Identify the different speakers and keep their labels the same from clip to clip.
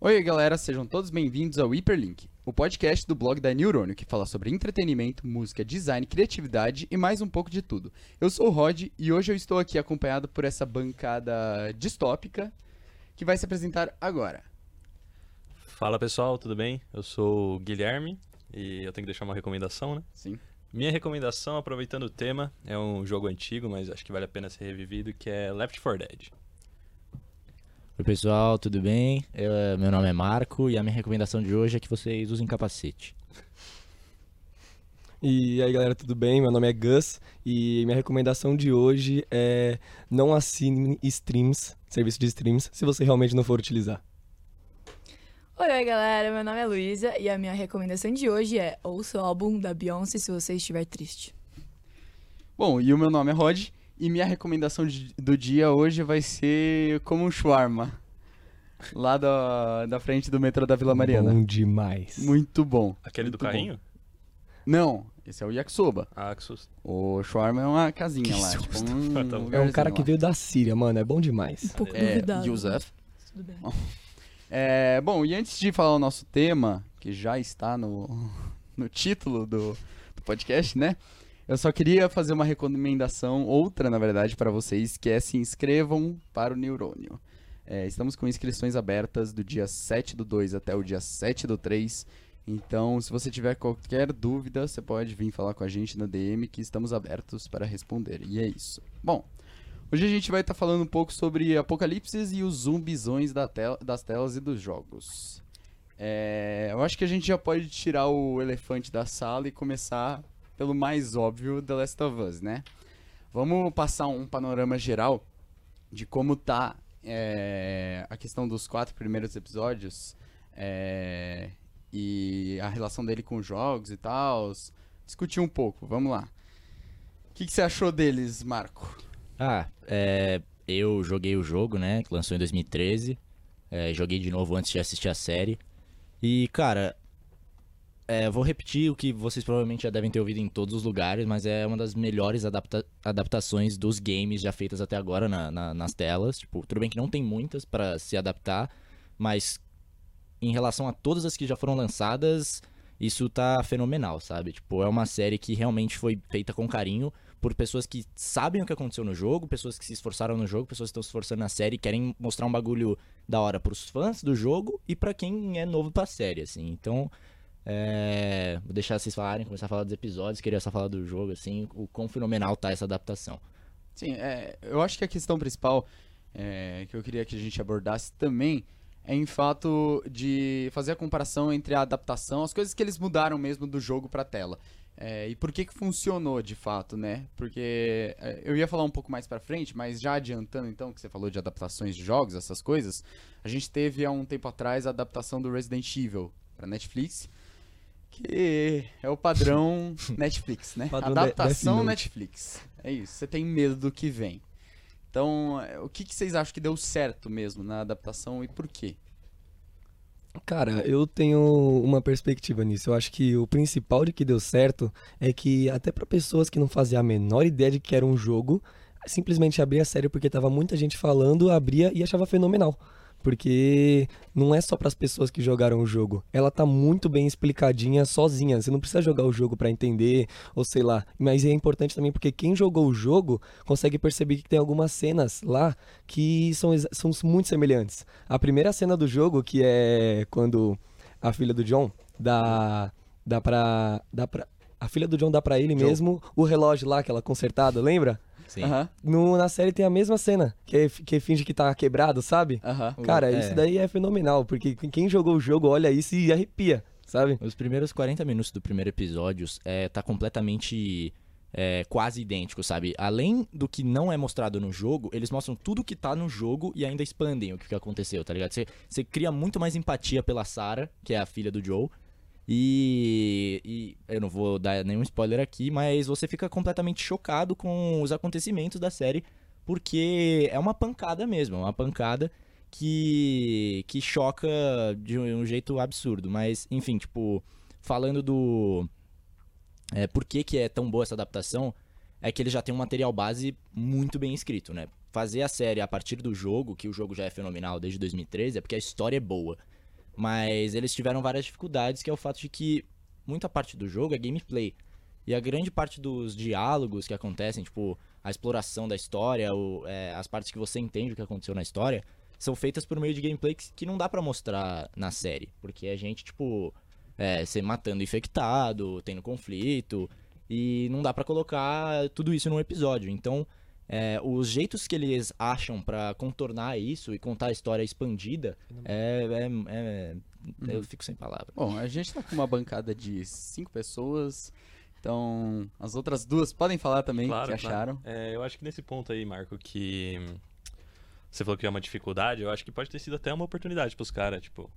Speaker 1: Oi, galera, sejam todos bem-vindos ao Hyperlink, o podcast do blog da Neurônio que fala sobre entretenimento, música, design, criatividade e mais um pouco de tudo. Eu sou o Rod e hoje eu estou aqui acompanhado por essa bancada distópica que vai se apresentar agora.
Speaker 2: Fala pessoal, tudo bem? Eu sou o Guilherme e eu tenho que deixar uma recomendação, né?
Speaker 1: Sim.
Speaker 2: Minha recomendação, aproveitando o tema, é um jogo antigo, mas acho que vale a pena ser revivido, que é Left 4 Dead.
Speaker 3: Oi pessoal, tudo bem? Eu, eh, meu nome é Marco e a minha recomendação de hoje é que vocês usem capacete.
Speaker 4: E aí galera, tudo bem? Meu nome é Gus e minha recomendação de hoje é não assine streams, serviço de streams, se você realmente não for utilizar.
Speaker 5: Oi, oi, galera, meu nome é Luísa e a minha recomendação de hoje é ouça o álbum da Beyoncé se você estiver triste.
Speaker 1: Bom, e o meu nome é Rod e minha recomendação de- do dia hoje vai ser como um shawarma, lá da, da frente do metrô da Vila Mariana.
Speaker 4: Bom demais. É um
Speaker 1: Muito bom.
Speaker 2: Aquele
Speaker 1: Muito
Speaker 2: do carrinho?
Speaker 1: Não, esse é o yakisoba.
Speaker 2: Ah, que susto.
Speaker 1: O shawarma é uma casinha
Speaker 4: Que
Speaker 1: lá,
Speaker 4: susto.
Speaker 1: tipo um
Speaker 2: Tá bom.
Speaker 4: É um cara que
Speaker 1: lugarzinho lá.
Speaker 4: veio da Síria, mano, é bom
Speaker 5: Um
Speaker 4: demais.
Speaker 5: pouco
Speaker 1: É,
Speaker 5: duvidável.
Speaker 1: Yusuf.
Speaker 5: mas Tudo bem.
Speaker 1: É, bom, e antes de falar o nosso tema, que já está no, no título do, do podcast, né? Eu só queria fazer uma recomendação, outra na verdade, para vocês, que é se inscrevam para o Neurônio. É, estamos com inscrições abertas do dia 7 do 2 até o dia 7 do 3. Então, se você tiver qualquer dúvida, você pode vir falar com a gente na DM, que estamos abertos para responder. E é isso. Bom, Hoje a gente vai estar falando um pouco sobre apocalipses e os zumbizões da tel- das telas e dos jogos. É, eu acho que a gente já pode tirar o elefante da sala e começar pelo mais óbvio, The Last of Us, né? Vamos passar um panorama geral de como tá é, a questão dos quatro primeiros episódios é, e a relação dele com os jogos e tal. Discutir um pouco, vamos lá. O que que você achou deles, Marco?
Speaker 3: Ah, é, eu joguei o jogo, né? Que lançou em 2013. é, joguei de novo antes de assistir a série. E, cara, é, vou repetir o que vocês provavelmente já devem ter ouvido em todos os lugares, mas é uma das melhores adapta- adaptações dos games já feitas até agora na- na- nas telas. Tipo, tudo bem que não tem muitas pra se adaptar, mas em relação a todas as que já foram lançadas, isso tá fenomenal, sabe? Tipo, é uma série que realmente foi feita com carinho por pessoas que sabem o que aconteceu no jogo, pessoas que se esforçaram no jogo, pessoas que estão se esforçando na série, querem mostrar um bagulho da hora pros fãs do jogo e pra quem é novo pra série, assim. Então, é, vou deixar vocês falarem, começar a falar dos episódios, queria só falar do jogo, assim, o quão fenomenal tá essa adaptação.
Speaker 1: Sim, é, eu acho que a questão principal é, que eu queria que a gente abordasse também é em fato de fazer a comparação entre a adaptação, as coisas que eles mudaram mesmo do jogo pra tela. É, e por que que funcionou de fato, né? Porque é, eu ia falar um pouco mais pra frente, mas já adiantando então que você falou de adaptações de jogos, essas coisas, a gente teve há um tempo atrás a adaptação do Resident Evil pra Netflix, que é o padrão Netflix, né?
Speaker 4: Padrão de-
Speaker 1: adaptação
Speaker 4: Death Note.
Speaker 1: Netflix. É isso, você tem medo do que vem. Então, é, o que, que vocês acham que deu certo mesmo na adaptação e por quê?
Speaker 4: Cara, eu tenho uma perspectiva nisso. Eu acho que o principal de que deu certo é que até pra pessoas que não faziam a menor ideia de que era um jogo, simplesmente abria a série porque tava muita gente falando, abria e achava fenomenal. Porque não é só pras pessoas que jogaram o jogo. Ela tá muito bem explicadinha sozinha. Você não precisa jogar o jogo pra entender, ou sei lá. Mas é importante também porque quem jogou o jogo consegue perceber que tem algumas cenas lá que são, exa- são muito semelhantes. A primeira cena do jogo, que é quando a filha do John dá, dá, pra, dá pra. A filha do John dá pra ele
Speaker 1: Joe.
Speaker 4: mesmo o relógio lá, aquela consertada, lembra?
Speaker 3: Sim.
Speaker 1: Aham,
Speaker 4: No, na série tem a mesma cena, que, que finge que tá quebrado, sabe?
Speaker 1: aham.
Speaker 4: Cara,
Speaker 3: É.
Speaker 4: isso daí é fenomenal, porque qu- quem jogou o jogo olha isso e arrepia, sabe?
Speaker 3: Os primeiros 40 minutos do primeiro episódio é, tá completamente. é, quase idêntico, sabe? Além do que não é mostrado no jogo, eles mostram tudo que tá no jogo e ainda expandem o que que aconteceu, tá ligado? Você- Você cria muito mais empatia pela Sarah, que é a filha do Joe. E, e eu não vou dar nenhum spoiler aqui, mas você fica completamente chocado com os acontecimentos da série, porque é uma pancada mesmo, é uma pancada que, que choca de um um jeito absurdo. Mas, enfim, tipo, falando do. É, por que, que é tão boa essa adaptação? É que ele já tem um material base muito bem escrito, né? Fazer a série a partir do jogo, que o jogo já é fenomenal desde 2013, é porque a história é boa. Mas eles tiveram várias dificuldades, que é o fato de que muita parte do jogo é gameplay. E a grande parte dos diálogos que acontecem, tipo, a exploração da história, o- é, as partes que você entende o que aconteceu na história, são feitas por meio de gameplay que, que não dá pra mostrar na série. Porque a gente, tipo, é, você matando infectado, tendo conflito, e não dá pra colocar tudo isso num episódio. Então, é, os jeitos que eles acham pra contornar isso e contar a história expandida é. é- é- Eu fico sem palavras.
Speaker 1: Bom, a gente tá com uma bancada de cinco pessoas, então as outras duas podem falar também o
Speaker 2: Claro,
Speaker 1: que acharam.
Speaker 2: É, eu acho que nesse ponto aí, Marco, que hum, você falou que é uma dificuldade, eu acho que pode ter sido até uma oportunidade pros caras, tipo,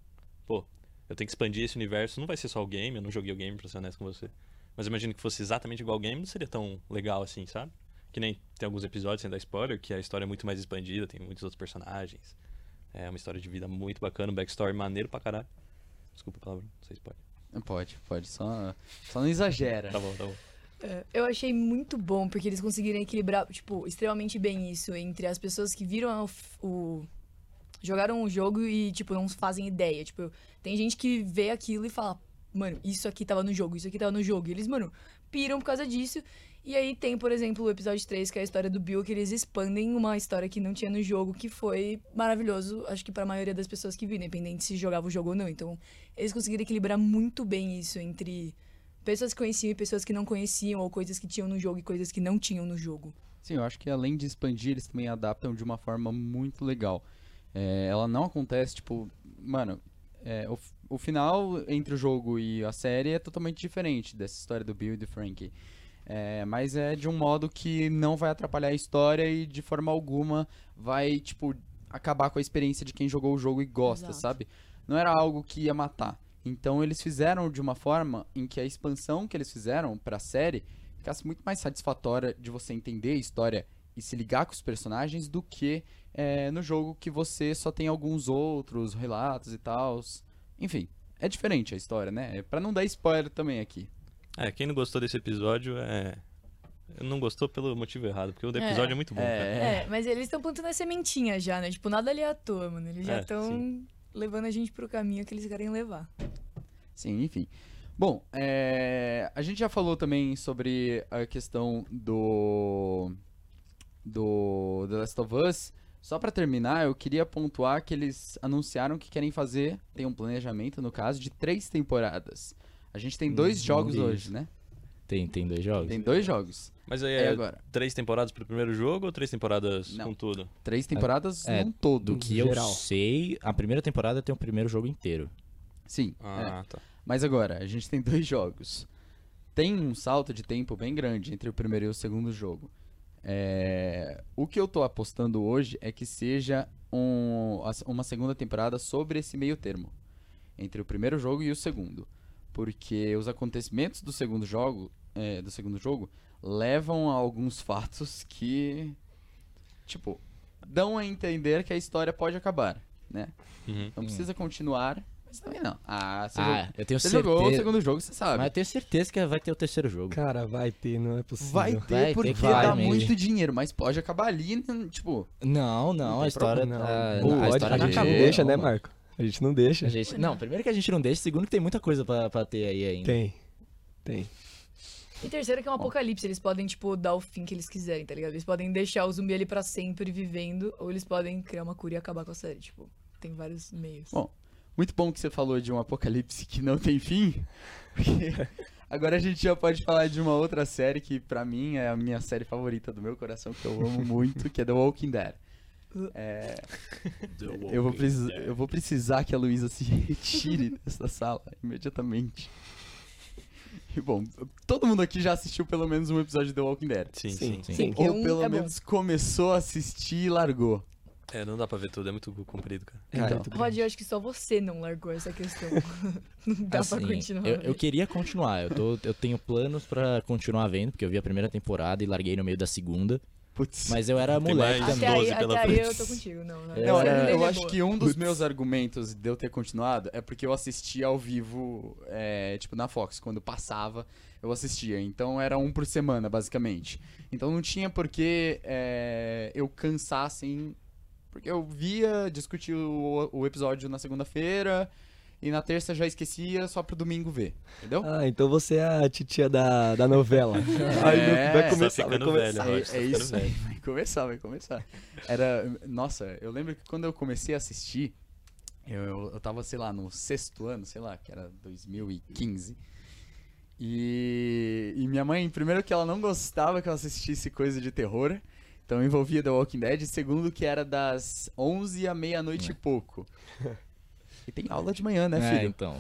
Speaker 2: pô, eu tenho que expandir esse universo, não vai ser só o game, eu não joguei o game pra ser honesto com você. Mas eu imagino que fosse exatamente igual ao game, não seria tão legal assim, sabe? Que nem tem alguns episódios sem dar spoiler, que a história é muito mais expandida, tem muitos outros personagens. É uma história de vida muito bacana, um backstory maneiro pra caralho. Desculpa a palavra, não sei se pode.
Speaker 1: Pode, pode, só, só não exagera.
Speaker 2: Tá bom, tá bom.
Speaker 5: É, Eu achei muito bom, porque eles conseguiram equilibrar, tipo, extremamente bem isso entre as pessoas que viram o. f- o- jogaram o jogo e, tipo, não fazem ideia. Tipo, tem gente que vê aquilo e fala, mano, isso aqui tava no jogo, isso aqui tava no jogo. E eles, mano, piram por causa disso. E aí tem, por exemplo, o episódio 3, que é a história do Bill, que eles expandem uma história que não tinha no jogo, que foi maravilhoso, acho que pra maioria das pessoas que viram, independente se jogava o jogo ou não. Então, eles conseguiram equilibrar muito bem isso entre pessoas que conheciam e pessoas que não conheciam, ou coisas que tinham no jogo e coisas que não tinham no jogo.
Speaker 1: Sim, eu acho que além de expandir, eles também adaptam de uma forma muito legal. É, ela não acontece, tipo, mano, é, o, f- o final entre o jogo e a série é totalmente diferente dessa história do Bill e do Frank. É, mas é de um modo que não vai atrapalhar a história e de forma alguma vai, tipo, acabar com a experiência de quem jogou o jogo e gosta,
Speaker 5: Exato.
Speaker 1: sabe? Não era algo que ia matar. Então eles fizeram de uma forma em que a expansão que eles fizeram pra série ficasse muito mais satisfatória de você entender a história e se ligar com os personagens do que é, no jogo que você só tem alguns outros relatos e tal. Enfim, é diferente a história, né? É Pra não dar spoiler também aqui.
Speaker 2: É, quem não gostou desse episódio é. Não gostou pelo motivo errado, porque o do
Speaker 5: É.
Speaker 2: episódio é, muito bom, cara.
Speaker 5: É, mas eles estão plantando a sementinha já, né? Tipo, nada ali à toa, mano. Eles já
Speaker 2: É,
Speaker 5: estão levando a gente pro caminho que eles querem levar.
Speaker 1: Sim, enfim. Bom, é, a gente já falou também sobre a questão do do The Last of Us. Só pra terminar, eu queria pontuar que eles anunciaram que querem fazer, tem um planejamento no caso de três temporadas. A gente tem dois jogos
Speaker 3: beleza.
Speaker 1: hoje, né?
Speaker 3: Tem, tem dois jogos?
Speaker 1: Tem dois jogos.
Speaker 2: Mas aí
Speaker 1: E
Speaker 2: é
Speaker 1: agora?
Speaker 2: três temporadas pro primeiro jogo ou três temporadas
Speaker 1: Não.
Speaker 2: com tudo?
Speaker 1: Três temporadas
Speaker 3: É,
Speaker 1: num todo.
Speaker 3: Do que
Speaker 4: Geral.
Speaker 3: eu sei, a primeira temporada tem o primeiro jogo inteiro.
Speaker 1: Sim. é.
Speaker 2: Ah, tá.
Speaker 1: Mas agora, a gente tem dois jogos. Tem um salto de tempo bem grande entre o primeiro e o segundo jogo. É, O que eu tô apostando hoje é que seja um- as- uma segunda temporada sobre esse meio termo. Entre o primeiro jogo e o segundo. Porque os acontecimentos do segundo jogo, é, do segundo jogo levam a alguns fatos que. Tipo, dão a entender que a história pode acabar, né?
Speaker 2: Uhum.
Speaker 1: Não precisa continuar, mas também não. Ah, você jogou-
Speaker 3: ah, eu tenho
Speaker 1: você
Speaker 3: certeza. é
Speaker 1: jogou o segundo jogo, você sabe.
Speaker 3: Mas eu tenho certeza que vai ter o terceiro jogo.
Speaker 4: Cara, vai ter, não é possível.
Speaker 1: Vai ter
Speaker 3: Vai ter
Speaker 1: porque
Speaker 3: que vai
Speaker 1: dá
Speaker 3: mesmo.
Speaker 1: muito dinheiro, mas pode acabar ali, né, tipo...
Speaker 3: Não, não,
Speaker 4: Não
Speaker 3: a
Speaker 4: tem
Speaker 3: história.
Speaker 4: problema,
Speaker 3: tá-
Speaker 4: não.
Speaker 3: não, a
Speaker 4: Pode,
Speaker 3: história
Speaker 4: a gente
Speaker 3: já
Speaker 4: não
Speaker 1: acabou,
Speaker 4: deixa, né,
Speaker 1: calma.
Speaker 4: Marco? A gente não deixa.
Speaker 3: A gente- não, primeiro que a gente não deixa, segundo que tem muita coisa pra, pra ter aí ainda.
Speaker 4: Tem. Tem.
Speaker 5: E terceiro que é um apocalipse, eles podem, tipo, dar o fim que eles quiserem, tá ligado? Eles podem deixar o zumbi ali pra sempre vivendo, ou eles podem criar uma cura e acabar com a série, tipo, tem vários meios.
Speaker 1: Bom, Muito bom que você falou de um apocalipse que não tem fim. Porque agora a gente já pode falar de uma outra série que, pra mim, é a minha série favorita do meu coração, que eu amo muito, que é The Walking Dead. É, eu, vou precis- eu vou precisar que a Luísa se retire dessa sala imediatamente. E bom, todo mundo aqui já assistiu pelo menos um episódio de The Walking Dead.
Speaker 2: Sim,
Speaker 4: Sim,
Speaker 2: sim,
Speaker 4: sim.
Speaker 5: Sim.
Speaker 1: Ou
Speaker 5: Um
Speaker 1: pelo
Speaker 5: é bom.
Speaker 1: menos começou a assistir e largou.
Speaker 2: É, não dá pra ver tudo, é muito comprido, cara.
Speaker 1: Então.
Speaker 4: Cara, é muito grande.
Speaker 5: Rod, eu acho que só você não largou essa questão. não dá pra
Speaker 3: Assim,
Speaker 5: continuar.
Speaker 3: Eu,
Speaker 5: velho.
Speaker 3: eu queria continuar. Eu, tô, eu tenho planos pra continuar vendo, porque eu vi a primeira temporada e larguei no meio da segunda.
Speaker 1: Putz.
Speaker 3: Mas eu era
Speaker 2: Tem
Speaker 3: moleque
Speaker 2: mais
Speaker 3: também.
Speaker 5: até aí,
Speaker 2: 12 pela
Speaker 5: até aí
Speaker 2: frente.
Speaker 5: eu tô contigo, não. não.
Speaker 1: Não,
Speaker 5: Essa
Speaker 1: eu-
Speaker 5: dele
Speaker 1: eu
Speaker 5: é
Speaker 1: acho
Speaker 5: boa.
Speaker 1: que um dos meus argumentos de eu ter continuado é porque eu assistia ao vivo, é, tipo, na Fox, quando passava, eu assistia. Então era um por semana, basicamente. Então não tinha por que é, eu cansar, assim. Porque eu via, discutia o, o episódio na segunda-feira, e na terça já esquecia só pro domingo ver. Entendeu?
Speaker 4: Ah, então você é a titia da, da novela. Aí
Speaker 1: É,
Speaker 4: vai
Speaker 1: tá
Speaker 4: começar, vai
Speaker 2: ficando
Speaker 4: começar.
Speaker 2: velho.
Speaker 1: É,
Speaker 2: Rocha, tá
Speaker 1: é
Speaker 2: ficando
Speaker 1: isso aí, vai começar, vai começar. Era, nossa, eu lembro que quando eu comecei a assistir, eu, eu, eu tava, sei lá, no sexto ano, sei lá, que era 2015. E, e minha mãe, primeiro que ela não gostava que eu assistisse coisa de terror, então envolvia The Walking Dead, e segundo que era das 11 à meia-noite e pouco. E tem aula de manhã, né,
Speaker 3: É,
Speaker 1: filho?
Speaker 3: então.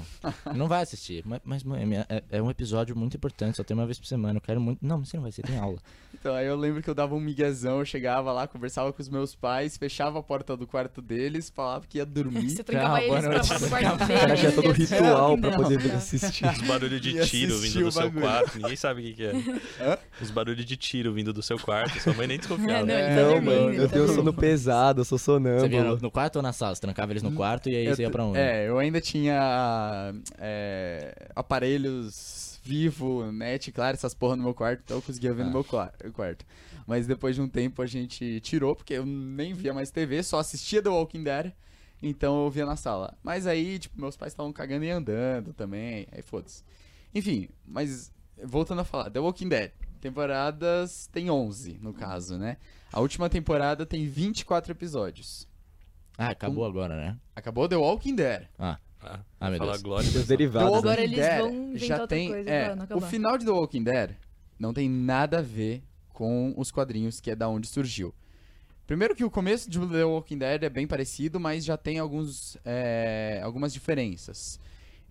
Speaker 3: Não vai assistir. Mas, mas mãe, minha- é, é um episódio muito importante, só tem uma vez por semana. Eu quero muito. Não, mas você não vai, você tem aula.
Speaker 1: Então, aí eu lembro que eu dava um miguezão, eu chegava lá, conversava com os meus pais, fechava a porta do quarto deles, falava que ia dormir.
Speaker 5: Você trancava
Speaker 1: Ah, boa
Speaker 5: eles pra
Speaker 1: noite.
Speaker 5: pra quarto
Speaker 4: O cara tinha todo o
Speaker 5: deles,
Speaker 4: ritual pra
Speaker 5: não,
Speaker 4: poder
Speaker 5: não.
Speaker 4: assistir.
Speaker 2: Os barulhos
Speaker 1: E
Speaker 2: de tiro
Speaker 1: assistir
Speaker 2: vindo
Speaker 1: o
Speaker 2: do seu
Speaker 1: bagulho.
Speaker 2: quarto, ninguém sabe o que, que é. Os barulhos de tiro vindo do seu quarto, sua mãe nem
Speaker 5: É,
Speaker 2: desconfiava.
Speaker 5: não,
Speaker 1: É,
Speaker 5: ele tá
Speaker 4: Não,
Speaker 1: dormindo,
Speaker 4: mano,
Speaker 5: dormindo.
Speaker 4: eu
Speaker 5: ele tá
Speaker 4: tenho
Speaker 5: dormindo.
Speaker 4: sono pesado, eu sou
Speaker 3: Você via no,
Speaker 4: sonâmbulo.
Speaker 3: no quarto ou na sala? Você trancava eles no quarto e aí
Speaker 1: Hum, Eu
Speaker 3: você ia
Speaker 1: t-
Speaker 3: pra onde?
Speaker 1: É, eu ainda tinha é, aparelhos vivo, net, claro, essas porra no meu quarto, então eu conseguia ver no
Speaker 3: Ah.
Speaker 1: meu qua- quarto. Mas depois de um tempo a gente tirou, porque eu nem via mais TV, só assistia The Walking Dead, então eu via na sala. Mas aí, tipo, meus pais estavam cagando e andando também, aí foda-se. Enfim, mas voltando a falar, The Walking Dead, temporadas tem 11, no caso, né? A última temporada tem 24 episódios.
Speaker 3: Ah, acabou agora, né?
Speaker 1: Acabou The Walking Dead.
Speaker 5: É.
Speaker 2: Ah,
Speaker 3: Ah, meu
Speaker 2: fala
Speaker 3: Deus.
Speaker 2: glória.
Speaker 4: Os
Speaker 1: The
Speaker 4: derivados. né?
Speaker 1: Walking
Speaker 5: Agora eles
Speaker 1: Dead
Speaker 5: vão inventar
Speaker 1: já
Speaker 5: outra
Speaker 1: tem,
Speaker 5: coisa
Speaker 1: é,
Speaker 5: pra não
Speaker 1: O
Speaker 5: acabar.
Speaker 1: final de The Walking Dead não tem nada a ver com os quadrinhos, que é da onde surgiu. Primeiro que o começo de The Walking Dead é bem parecido, mas já tem alguns, é, algumas diferenças.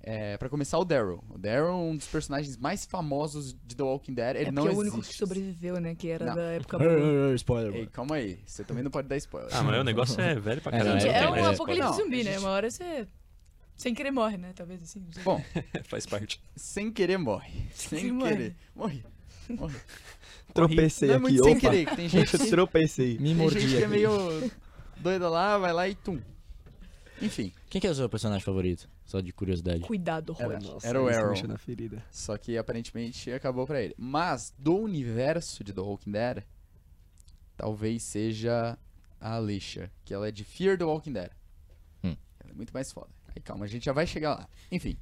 Speaker 1: É, para começar, o Daryl. O Daryl é um dos personagens mais famosos de The Walking Dead. Ele
Speaker 5: é
Speaker 1: não
Speaker 5: porque é o
Speaker 1: existe.
Speaker 5: único que sobreviveu, né? Que era
Speaker 1: Não.
Speaker 5: da época boa.
Speaker 3: Ah, Spoiler.
Speaker 1: Ei, calma aí. Você também não pode dar spoiler.
Speaker 2: Ah, mas o negócio é velho pra
Speaker 3: É,
Speaker 2: caralho.
Speaker 5: Gente,
Speaker 2: não
Speaker 3: não,
Speaker 5: é
Speaker 2: tem
Speaker 5: um
Speaker 2: mais
Speaker 5: apocalipse
Speaker 1: Não,
Speaker 5: zumbi, né?
Speaker 1: gente-
Speaker 5: Uma hora você. Sem querer morre, né? Talvez assim. não sei.
Speaker 1: Bom,
Speaker 2: spoiler. Faz parte.
Speaker 1: sem querer morre.
Speaker 5: Sem
Speaker 1: Sem
Speaker 5: morrer.
Speaker 1: querer. Morre. Morre.
Speaker 4: Tropecei
Speaker 1: Não é
Speaker 4: aqui,
Speaker 1: muito sem
Speaker 4: opa.
Speaker 1: querer, que tem gente que
Speaker 3: Me
Speaker 4: Tropecei.
Speaker 1: Tem gente
Speaker 3: mordi
Speaker 1: que é
Speaker 3: aqui.
Speaker 1: meio doida lá, vai lá e tum. Enfim,
Speaker 3: Quem que é o seu personagem favorito? Só de curiosidade.
Speaker 5: Cuidado,
Speaker 1: Era-
Speaker 4: é
Speaker 5: Rod.
Speaker 1: era o
Speaker 4: isso
Speaker 1: Arrow.
Speaker 4: mexeu na ferida.
Speaker 1: só que aparentemente acabou pra ele. Mas do universo de The Walking Dead, talvez seja a Alicia, que ela é de Fear the Walking Dead.
Speaker 3: Hum.
Speaker 1: Ela é muito mais foda. Aí calma, a gente já vai chegar lá. Enfim,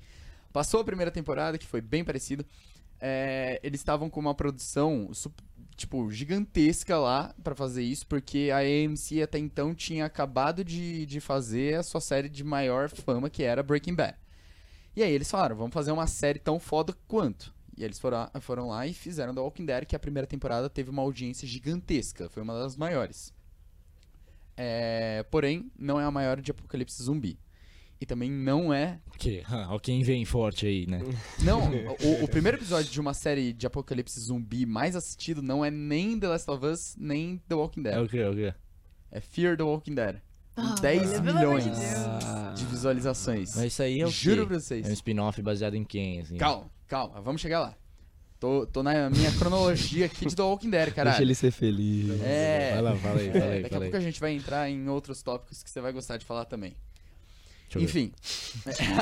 Speaker 1: passou a primeira temporada, que foi bem parecido. É, eles estavam com uma produção su- tipo gigantesca lá pra fazer isso, porque a AMC até então tinha acabado de, de fazer a sua série de maior fama, que era Breaking Bad. E aí eles falaram, vamos fazer uma série tão foda quanto. E eles foram, foram lá e fizeram The Walking Dead, que a primeira temporada teve uma audiência gigantesca, foi uma das maiores. É, porém, não é a maior de Apocalipse Zumbi. E também não é.
Speaker 3: Porque, ah, quem vem forte aí, né?
Speaker 1: Não, o, o primeiro episódio de uma série de Apocalipse Zumbi mais assistido não é nem The Last of Us, nem The Walking
Speaker 3: É
Speaker 1: Dead.
Speaker 3: o que, é o que.
Speaker 1: É Fear the Walking Dead. Com
Speaker 5: Ah,
Speaker 1: 10
Speaker 5: velho, pelo amor de
Speaker 1: milhões
Speaker 4: Ah,
Speaker 1: de visualizações.
Speaker 3: Mas isso aí é o
Speaker 1: Juro
Speaker 3: quê?
Speaker 1: pra vocês.
Speaker 3: É um spin-off baseado em quem, assim?
Speaker 1: Calma, calma, vamos chegar lá. Tô, tô na minha cronologia aqui de The Walking Dead,
Speaker 4: Deixa
Speaker 1: caralho.
Speaker 4: ele ser feliz.
Speaker 1: É.
Speaker 3: Vai lá, fala aí,
Speaker 1: É,
Speaker 3: fala aí,
Speaker 1: daqui a
Speaker 3: fala aí.
Speaker 1: pouco a gente vai entrar em outros tópicos que você vai gostar de falar também.
Speaker 3: Deixa eu ver.
Speaker 1: Enfim.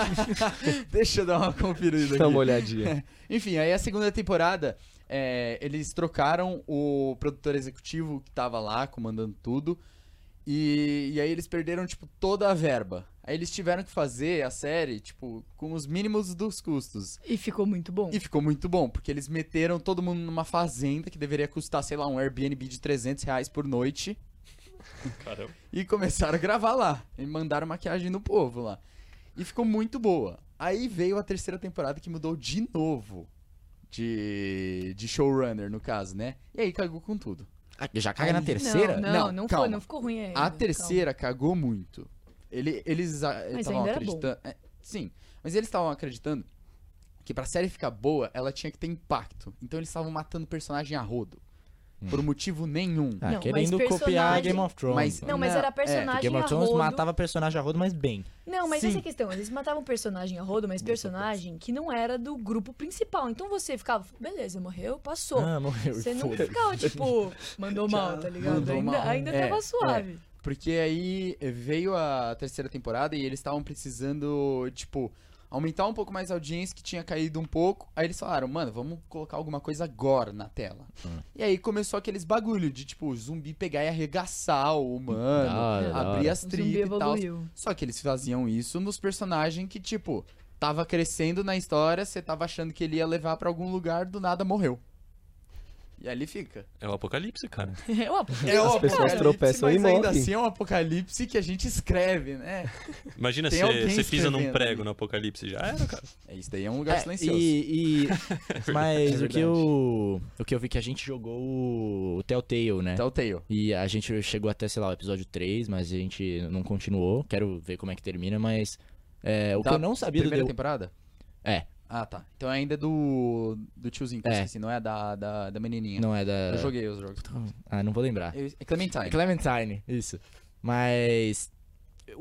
Speaker 1: Deixa eu dar uma conferida
Speaker 3: Tá
Speaker 4: Dá uma
Speaker 1: aqui.
Speaker 4: olhadinha.
Speaker 1: Enfim, aí a segunda temporada, é, eles trocaram o produtor executivo que tava lá comandando tudo. E, e aí eles perderam, tipo, toda a verba. Aí eles tiveram que fazer a série, tipo, com os mínimos dos custos.
Speaker 5: E ficou muito bom.
Speaker 1: E ficou muito bom, porque eles meteram todo mundo numa fazenda que deveria custar, sei lá, um Airbnb de 300 reais por noite.
Speaker 2: Caramba.
Speaker 1: E começaram a gravar lá. E mandaram maquiagem no povo lá. E ficou muito boa. Aí veio a terceira temporada que mudou de novo. De, de showrunner, no caso, né? E aí cagou com tudo.
Speaker 3: Ah, já caga na
Speaker 1: Não,
Speaker 3: terceira?
Speaker 1: Não,
Speaker 5: Não, não, não,
Speaker 1: calma.
Speaker 5: foi, não ficou ruim ainda.
Speaker 1: A
Speaker 5: calma.
Speaker 1: terceira cagou muito. Ele, eles
Speaker 5: Mas
Speaker 1: estavam
Speaker 5: ainda era bom.
Speaker 1: acreditando. é, sim, mas eles estavam acreditando que pra série ficar boa, ela tinha que ter impacto. Então eles estavam matando personagem a rodo. Por motivo nenhum.
Speaker 3: Ah,
Speaker 5: Não,
Speaker 3: querendo
Speaker 5: mas
Speaker 3: copiar
Speaker 5: personagem-
Speaker 3: Game of Thrones.
Speaker 1: Mas-
Speaker 3: mano.
Speaker 5: Não, mas
Speaker 1: Não,
Speaker 5: era
Speaker 1: é,
Speaker 5: personagem
Speaker 3: Game
Speaker 5: a
Speaker 3: of Thrones
Speaker 5: rodo.
Speaker 3: matava personagem a rodo, mas bem.
Speaker 5: Não, mas essa
Speaker 1: Sim.
Speaker 5: é a questão. Eles matavam personagem a rodo, mas personagem que não era do grupo principal. Então você ficava, beleza, morreu, passou.
Speaker 3: Ah, morreu.
Speaker 5: você não
Speaker 3: foda-se.
Speaker 5: ficava, tipo, mandou mal, tá ligado?
Speaker 1: Mandou
Speaker 5: ainda
Speaker 1: mal.
Speaker 5: ainda
Speaker 1: É,
Speaker 5: tava suave. Um
Speaker 1: Porque aí eh, veio a terceira temporada e eles estavam precisando, tipo, aumentar um pouco mais a audiência que tinha caído um pouco. Aí eles falaram, mano, vamos colocar alguma coisa agora na tela.
Speaker 3: Hum.
Speaker 1: E aí começou aqueles bagulho de tipo o zumbi pegar e arregaçar o
Speaker 3: Da
Speaker 1: humano,
Speaker 3: hora, da
Speaker 1: abrir
Speaker 3: hora.
Speaker 1: as
Speaker 5: O zumbi
Speaker 1: tripas e tal.
Speaker 5: evoluiu.
Speaker 1: Só que eles faziam isso nos personagens que tipo tava crescendo na história, você tava achando que ele ia levar pra algum lugar, do nada morreu. E ali fica.
Speaker 2: É o apocalipse, cara.
Speaker 5: Eu aposto.
Speaker 1: É o
Speaker 4: pessoas
Speaker 1: apocalipse,
Speaker 4: tropeçam e
Speaker 1: mas ainda
Speaker 4: morrem.
Speaker 1: assim é um apocalipse que a gente escreve, né?
Speaker 2: Imagina
Speaker 1: Tem
Speaker 2: se
Speaker 1: alguém
Speaker 2: você pisa num
Speaker 1: escrevendo né?
Speaker 2: prego
Speaker 1: ali.
Speaker 2: no apocalipse. Já era, cara.
Speaker 1: É, Isso daí é um lugar
Speaker 3: É,
Speaker 1: silencioso.
Speaker 3: E, e- mas
Speaker 1: É
Speaker 3: o que eu o que eu vi que a gente jogou o, o Telltale, né?
Speaker 1: Telltale.
Speaker 3: E a gente chegou até, sei lá, o episódio 3, mas a gente não continuou. Quero ver como é que termina, mas é, o
Speaker 1: Tá,
Speaker 3: que eu não sabia do
Speaker 1: Primeira
Speaker 3: The-
Speaker 1: temporada?
Speaker 3: É.
Speaker 1: Ah, tá. Então ainda é do, do tiozinho, que eu
Speaker 3: É.
Speaker 1: esqueci, não é da, da, da menininha.
Speaker 3: não é da
Speaker 1: Eu joguei os jogos.
Speaker 3: Ah, não vou lembrar.
Speaker 1: Eu, é Clementine.
Speaker 3: Clementine, isso. Mas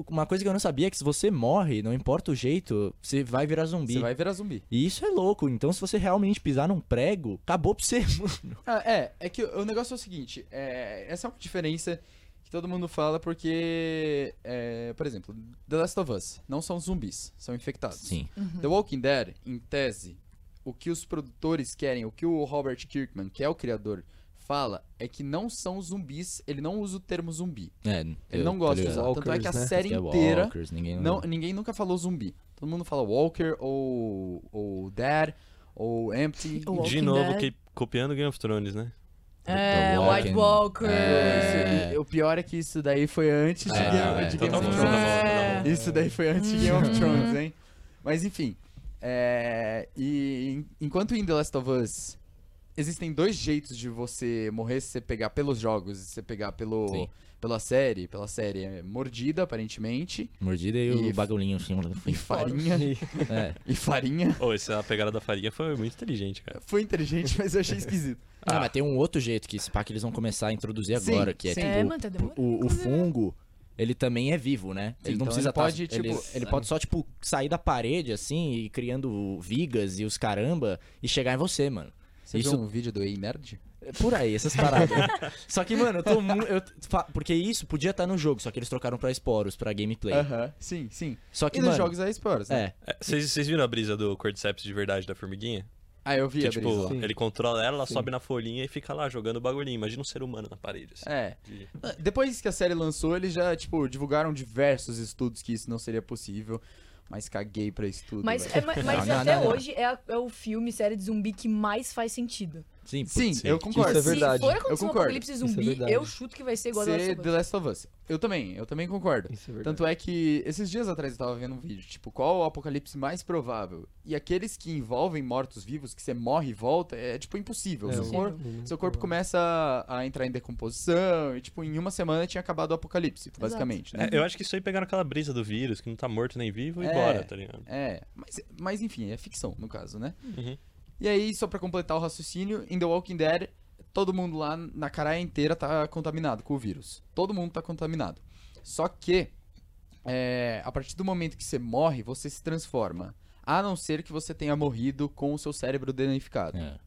Speaker 3: uma coisa que eu não sabia é que se você morre, não importa o jeito, você vai virar zumbi.
Speaker 1: Você vai virar zumbi.
Speaker 3: E isso é louco. Então, se você realmente pisar num prego, acabou pra você.
Speaker 1: Ah, é, é que o negócio é o seguinte, é, essa é uma diferença que todo mundo fala porque, é, por exemplo, The Last of Us não são zumbis, são infectados.
Speaker 3: Sim.
Speaker 1: The Walking Dead, em tese, o que os produtores querem, o que o Robert Kirkman, que é o criador, fala, é que não são zumbis, ele não usa o termo zumbi.
Speaker 3: É,
Speaker 1: Ele
Speaker 3: eu-
Speaker 1: não gosta
Speaker 3: tá
Speaker 1: de usar.
Speaker 3: ligado?
Speaker 1: Tanto é que a
Speaker 4: Walkers, né?
Speaker 1: série
Speaker 3: Que é né?
Speaker 1: inteira
Speaker 3: walkers, ninguém
Speaker 1: Não, ninguém nunca falou zumbi. Todo mundo fala Walker ou, ou Dead ou Empty.
Speaker 5: Ou- Walking
Speaker 2: De novo,
Speaker 5: Dead.
Speaker 2: que- copiando Game of Thrones, né?
Speaker 5: É,
Speaker 3: Walking-
Speaker 5: White Walker.
Speaker 3: É.
Speaker 1: Isso- e- o pior é que isso daí foi antes de
Speaker 3: É,
Speaker 1: Game,
Speaker 3: é,
Speaker 1: de
Speaker 2: então
Speaker 1: Game
Speaker 2: tá
Speaker 1: of
Speaker 2: bom,
Speaker 1: Thrones.
Speaker 2: tá bom, tá bom.
Speaker 1: Isso daí foi antes de Game of Thrones, hein? Mas enfim. é, e en- enquanto em The Last of Us existem dois jeitos de você morrer se você pegar pelos jogos, se você pegar pelo,
Speaker 3: Sim.
Speaker 1: pela série, pela série é, mordida, aparentemente,
Speaker 3: Mordida e
Speaker 1: E-
Speaker 3: o bagulhinho assim.
Speaker 1: e farinha.
Speaker 3: É.
Speaker 1: E farinha.
Speaker 2: Ô, essa pegada da farinha foi muito inteligente, cara.
Speaker 1: Foi inteligente, mas eu achei esquisito.
Speaker 3: Ah, mas tem um outro jeito que esse pá que eles vão começar a introduzir
Speaker 1: Sim,
Speaker 3: agora, que é
Speaker 1: sim.
Speaker 3: tipo.
Speaker 5: É, mano, tá demorando.
Speaker 3: o, o fungo, ele também é vivo, né?
Speaker 1: Sim,
Speaker 3: ele
Speaker 1: então
Speaker 3: não precisa
Speaker 1: ele
Speaker 3: tá-
Speaker 1: pode,
Speaker 3: ele,
Speaker 1: tipo,
Speaker 3: ele pode só, tipo, sair da parede, assim, e criando vigas e os caramba, e chegar em você, mano.
Speaker 1: Você
Speaker 3: Isso-
Speaker 1: viu um vídeo do Ei Nerd?
Speaker 3: É Por aí, essas paradas. só que, mano, eu tô muito. Porque isso podia estar no jogo, só que eles trocaram pra esporos, pra gameplay.
Speaker 1: Aham, sim, sim.
Speaker 3: Só que,
Speaker 1: E
Speaker 3: mano.
Speaker 1: nos jogos é esporos, né?
Speaker 3: É,
Speaker 2: É, Vocês vocês viram a brisa do Cordyceps de verdade da formiguinha?
Speaker 1: Ah, eu vi
Speaker 2: Que,
Speaker 1: a
Speaker 2: tipo,
Speaker 1: brisa.
Speaker 2: ele controla ela, ela
Speaker 4: Sim.
Speaker 2: sobe na folhinha e fica lá jogando o bagulhinho. Imagina um ser humano na parede, assim.
Speaker 1: É.
Speaker 2: De-
Speaker 1: Depois que a série lançou, eles já, tipo, divulgaram diversos estudos que isso não seria possível. Mas caguei pra estudo.
Speaker 5: Mas,
Speaker 1: velho.
Speaker 5: é, mas
Speaker 3: Não, não,
Speaker 5: até
Speaker 3: não, não.
Speaker 5: hoje É, a- é o filme, série de zumbi que mais faz sentido.
Speaker 3: sim.
Speaker 1: Sim,
Speaker 2: Sim,
Speaker 1: eu concordo.
Speaker 4: isso é verdade.
Speaker 5: Se for acontecer um
Speaker 1: concordo.
Speaker 5: apocalipse zumbi,
Speaker 4: verdade.
Speaker 5: eu chuto que vai ser igual a
Speaker 1: Ser
Speaker 5: Last
Speaker 1: The Last of Us. Eu também, eu também concordo.
Speaker 4: Isso é verdade.
Speaker 1: Tanto é que esses dias atrás eu tava vendo um vídeo, tipo, qual o apocalipse mais provável? E aqueles que envolvem mortos-vivos, que você morre e volta, é tipo impossível.
Speaker 4: É,
Speaker 1: Se
Speaker 4: o-
Speaker 1: for
Speaker 4: o-
Speaker 1: Seu corpo começa a, a entrar em decomposição e, tipo, em uma semana tinha acabado o apocalipse, basicamente, né?
Speaker 2: É, eu acho que isso aí pegaram aquela brisa do vírus, que não tá morto nem vivo, e
Speaker 1: É.
Speaker 2: bora, tá ligado?
Speaker 1: É, mas, mas enfim, é ficção, no caso, né?
Speaker 2: Uhum.
Speaker 1: E aí, só pra completar o raciocínio, em The Walking Dead, todo mundo lá na caralha inteira tá contaminado com o vírus. Todo mundo tá contaminado. Só que, é, a partir do momento que você morre, você se transforma. A não ser que você tenha morrido com o seu cérebro danificado.
Speaker 3: É,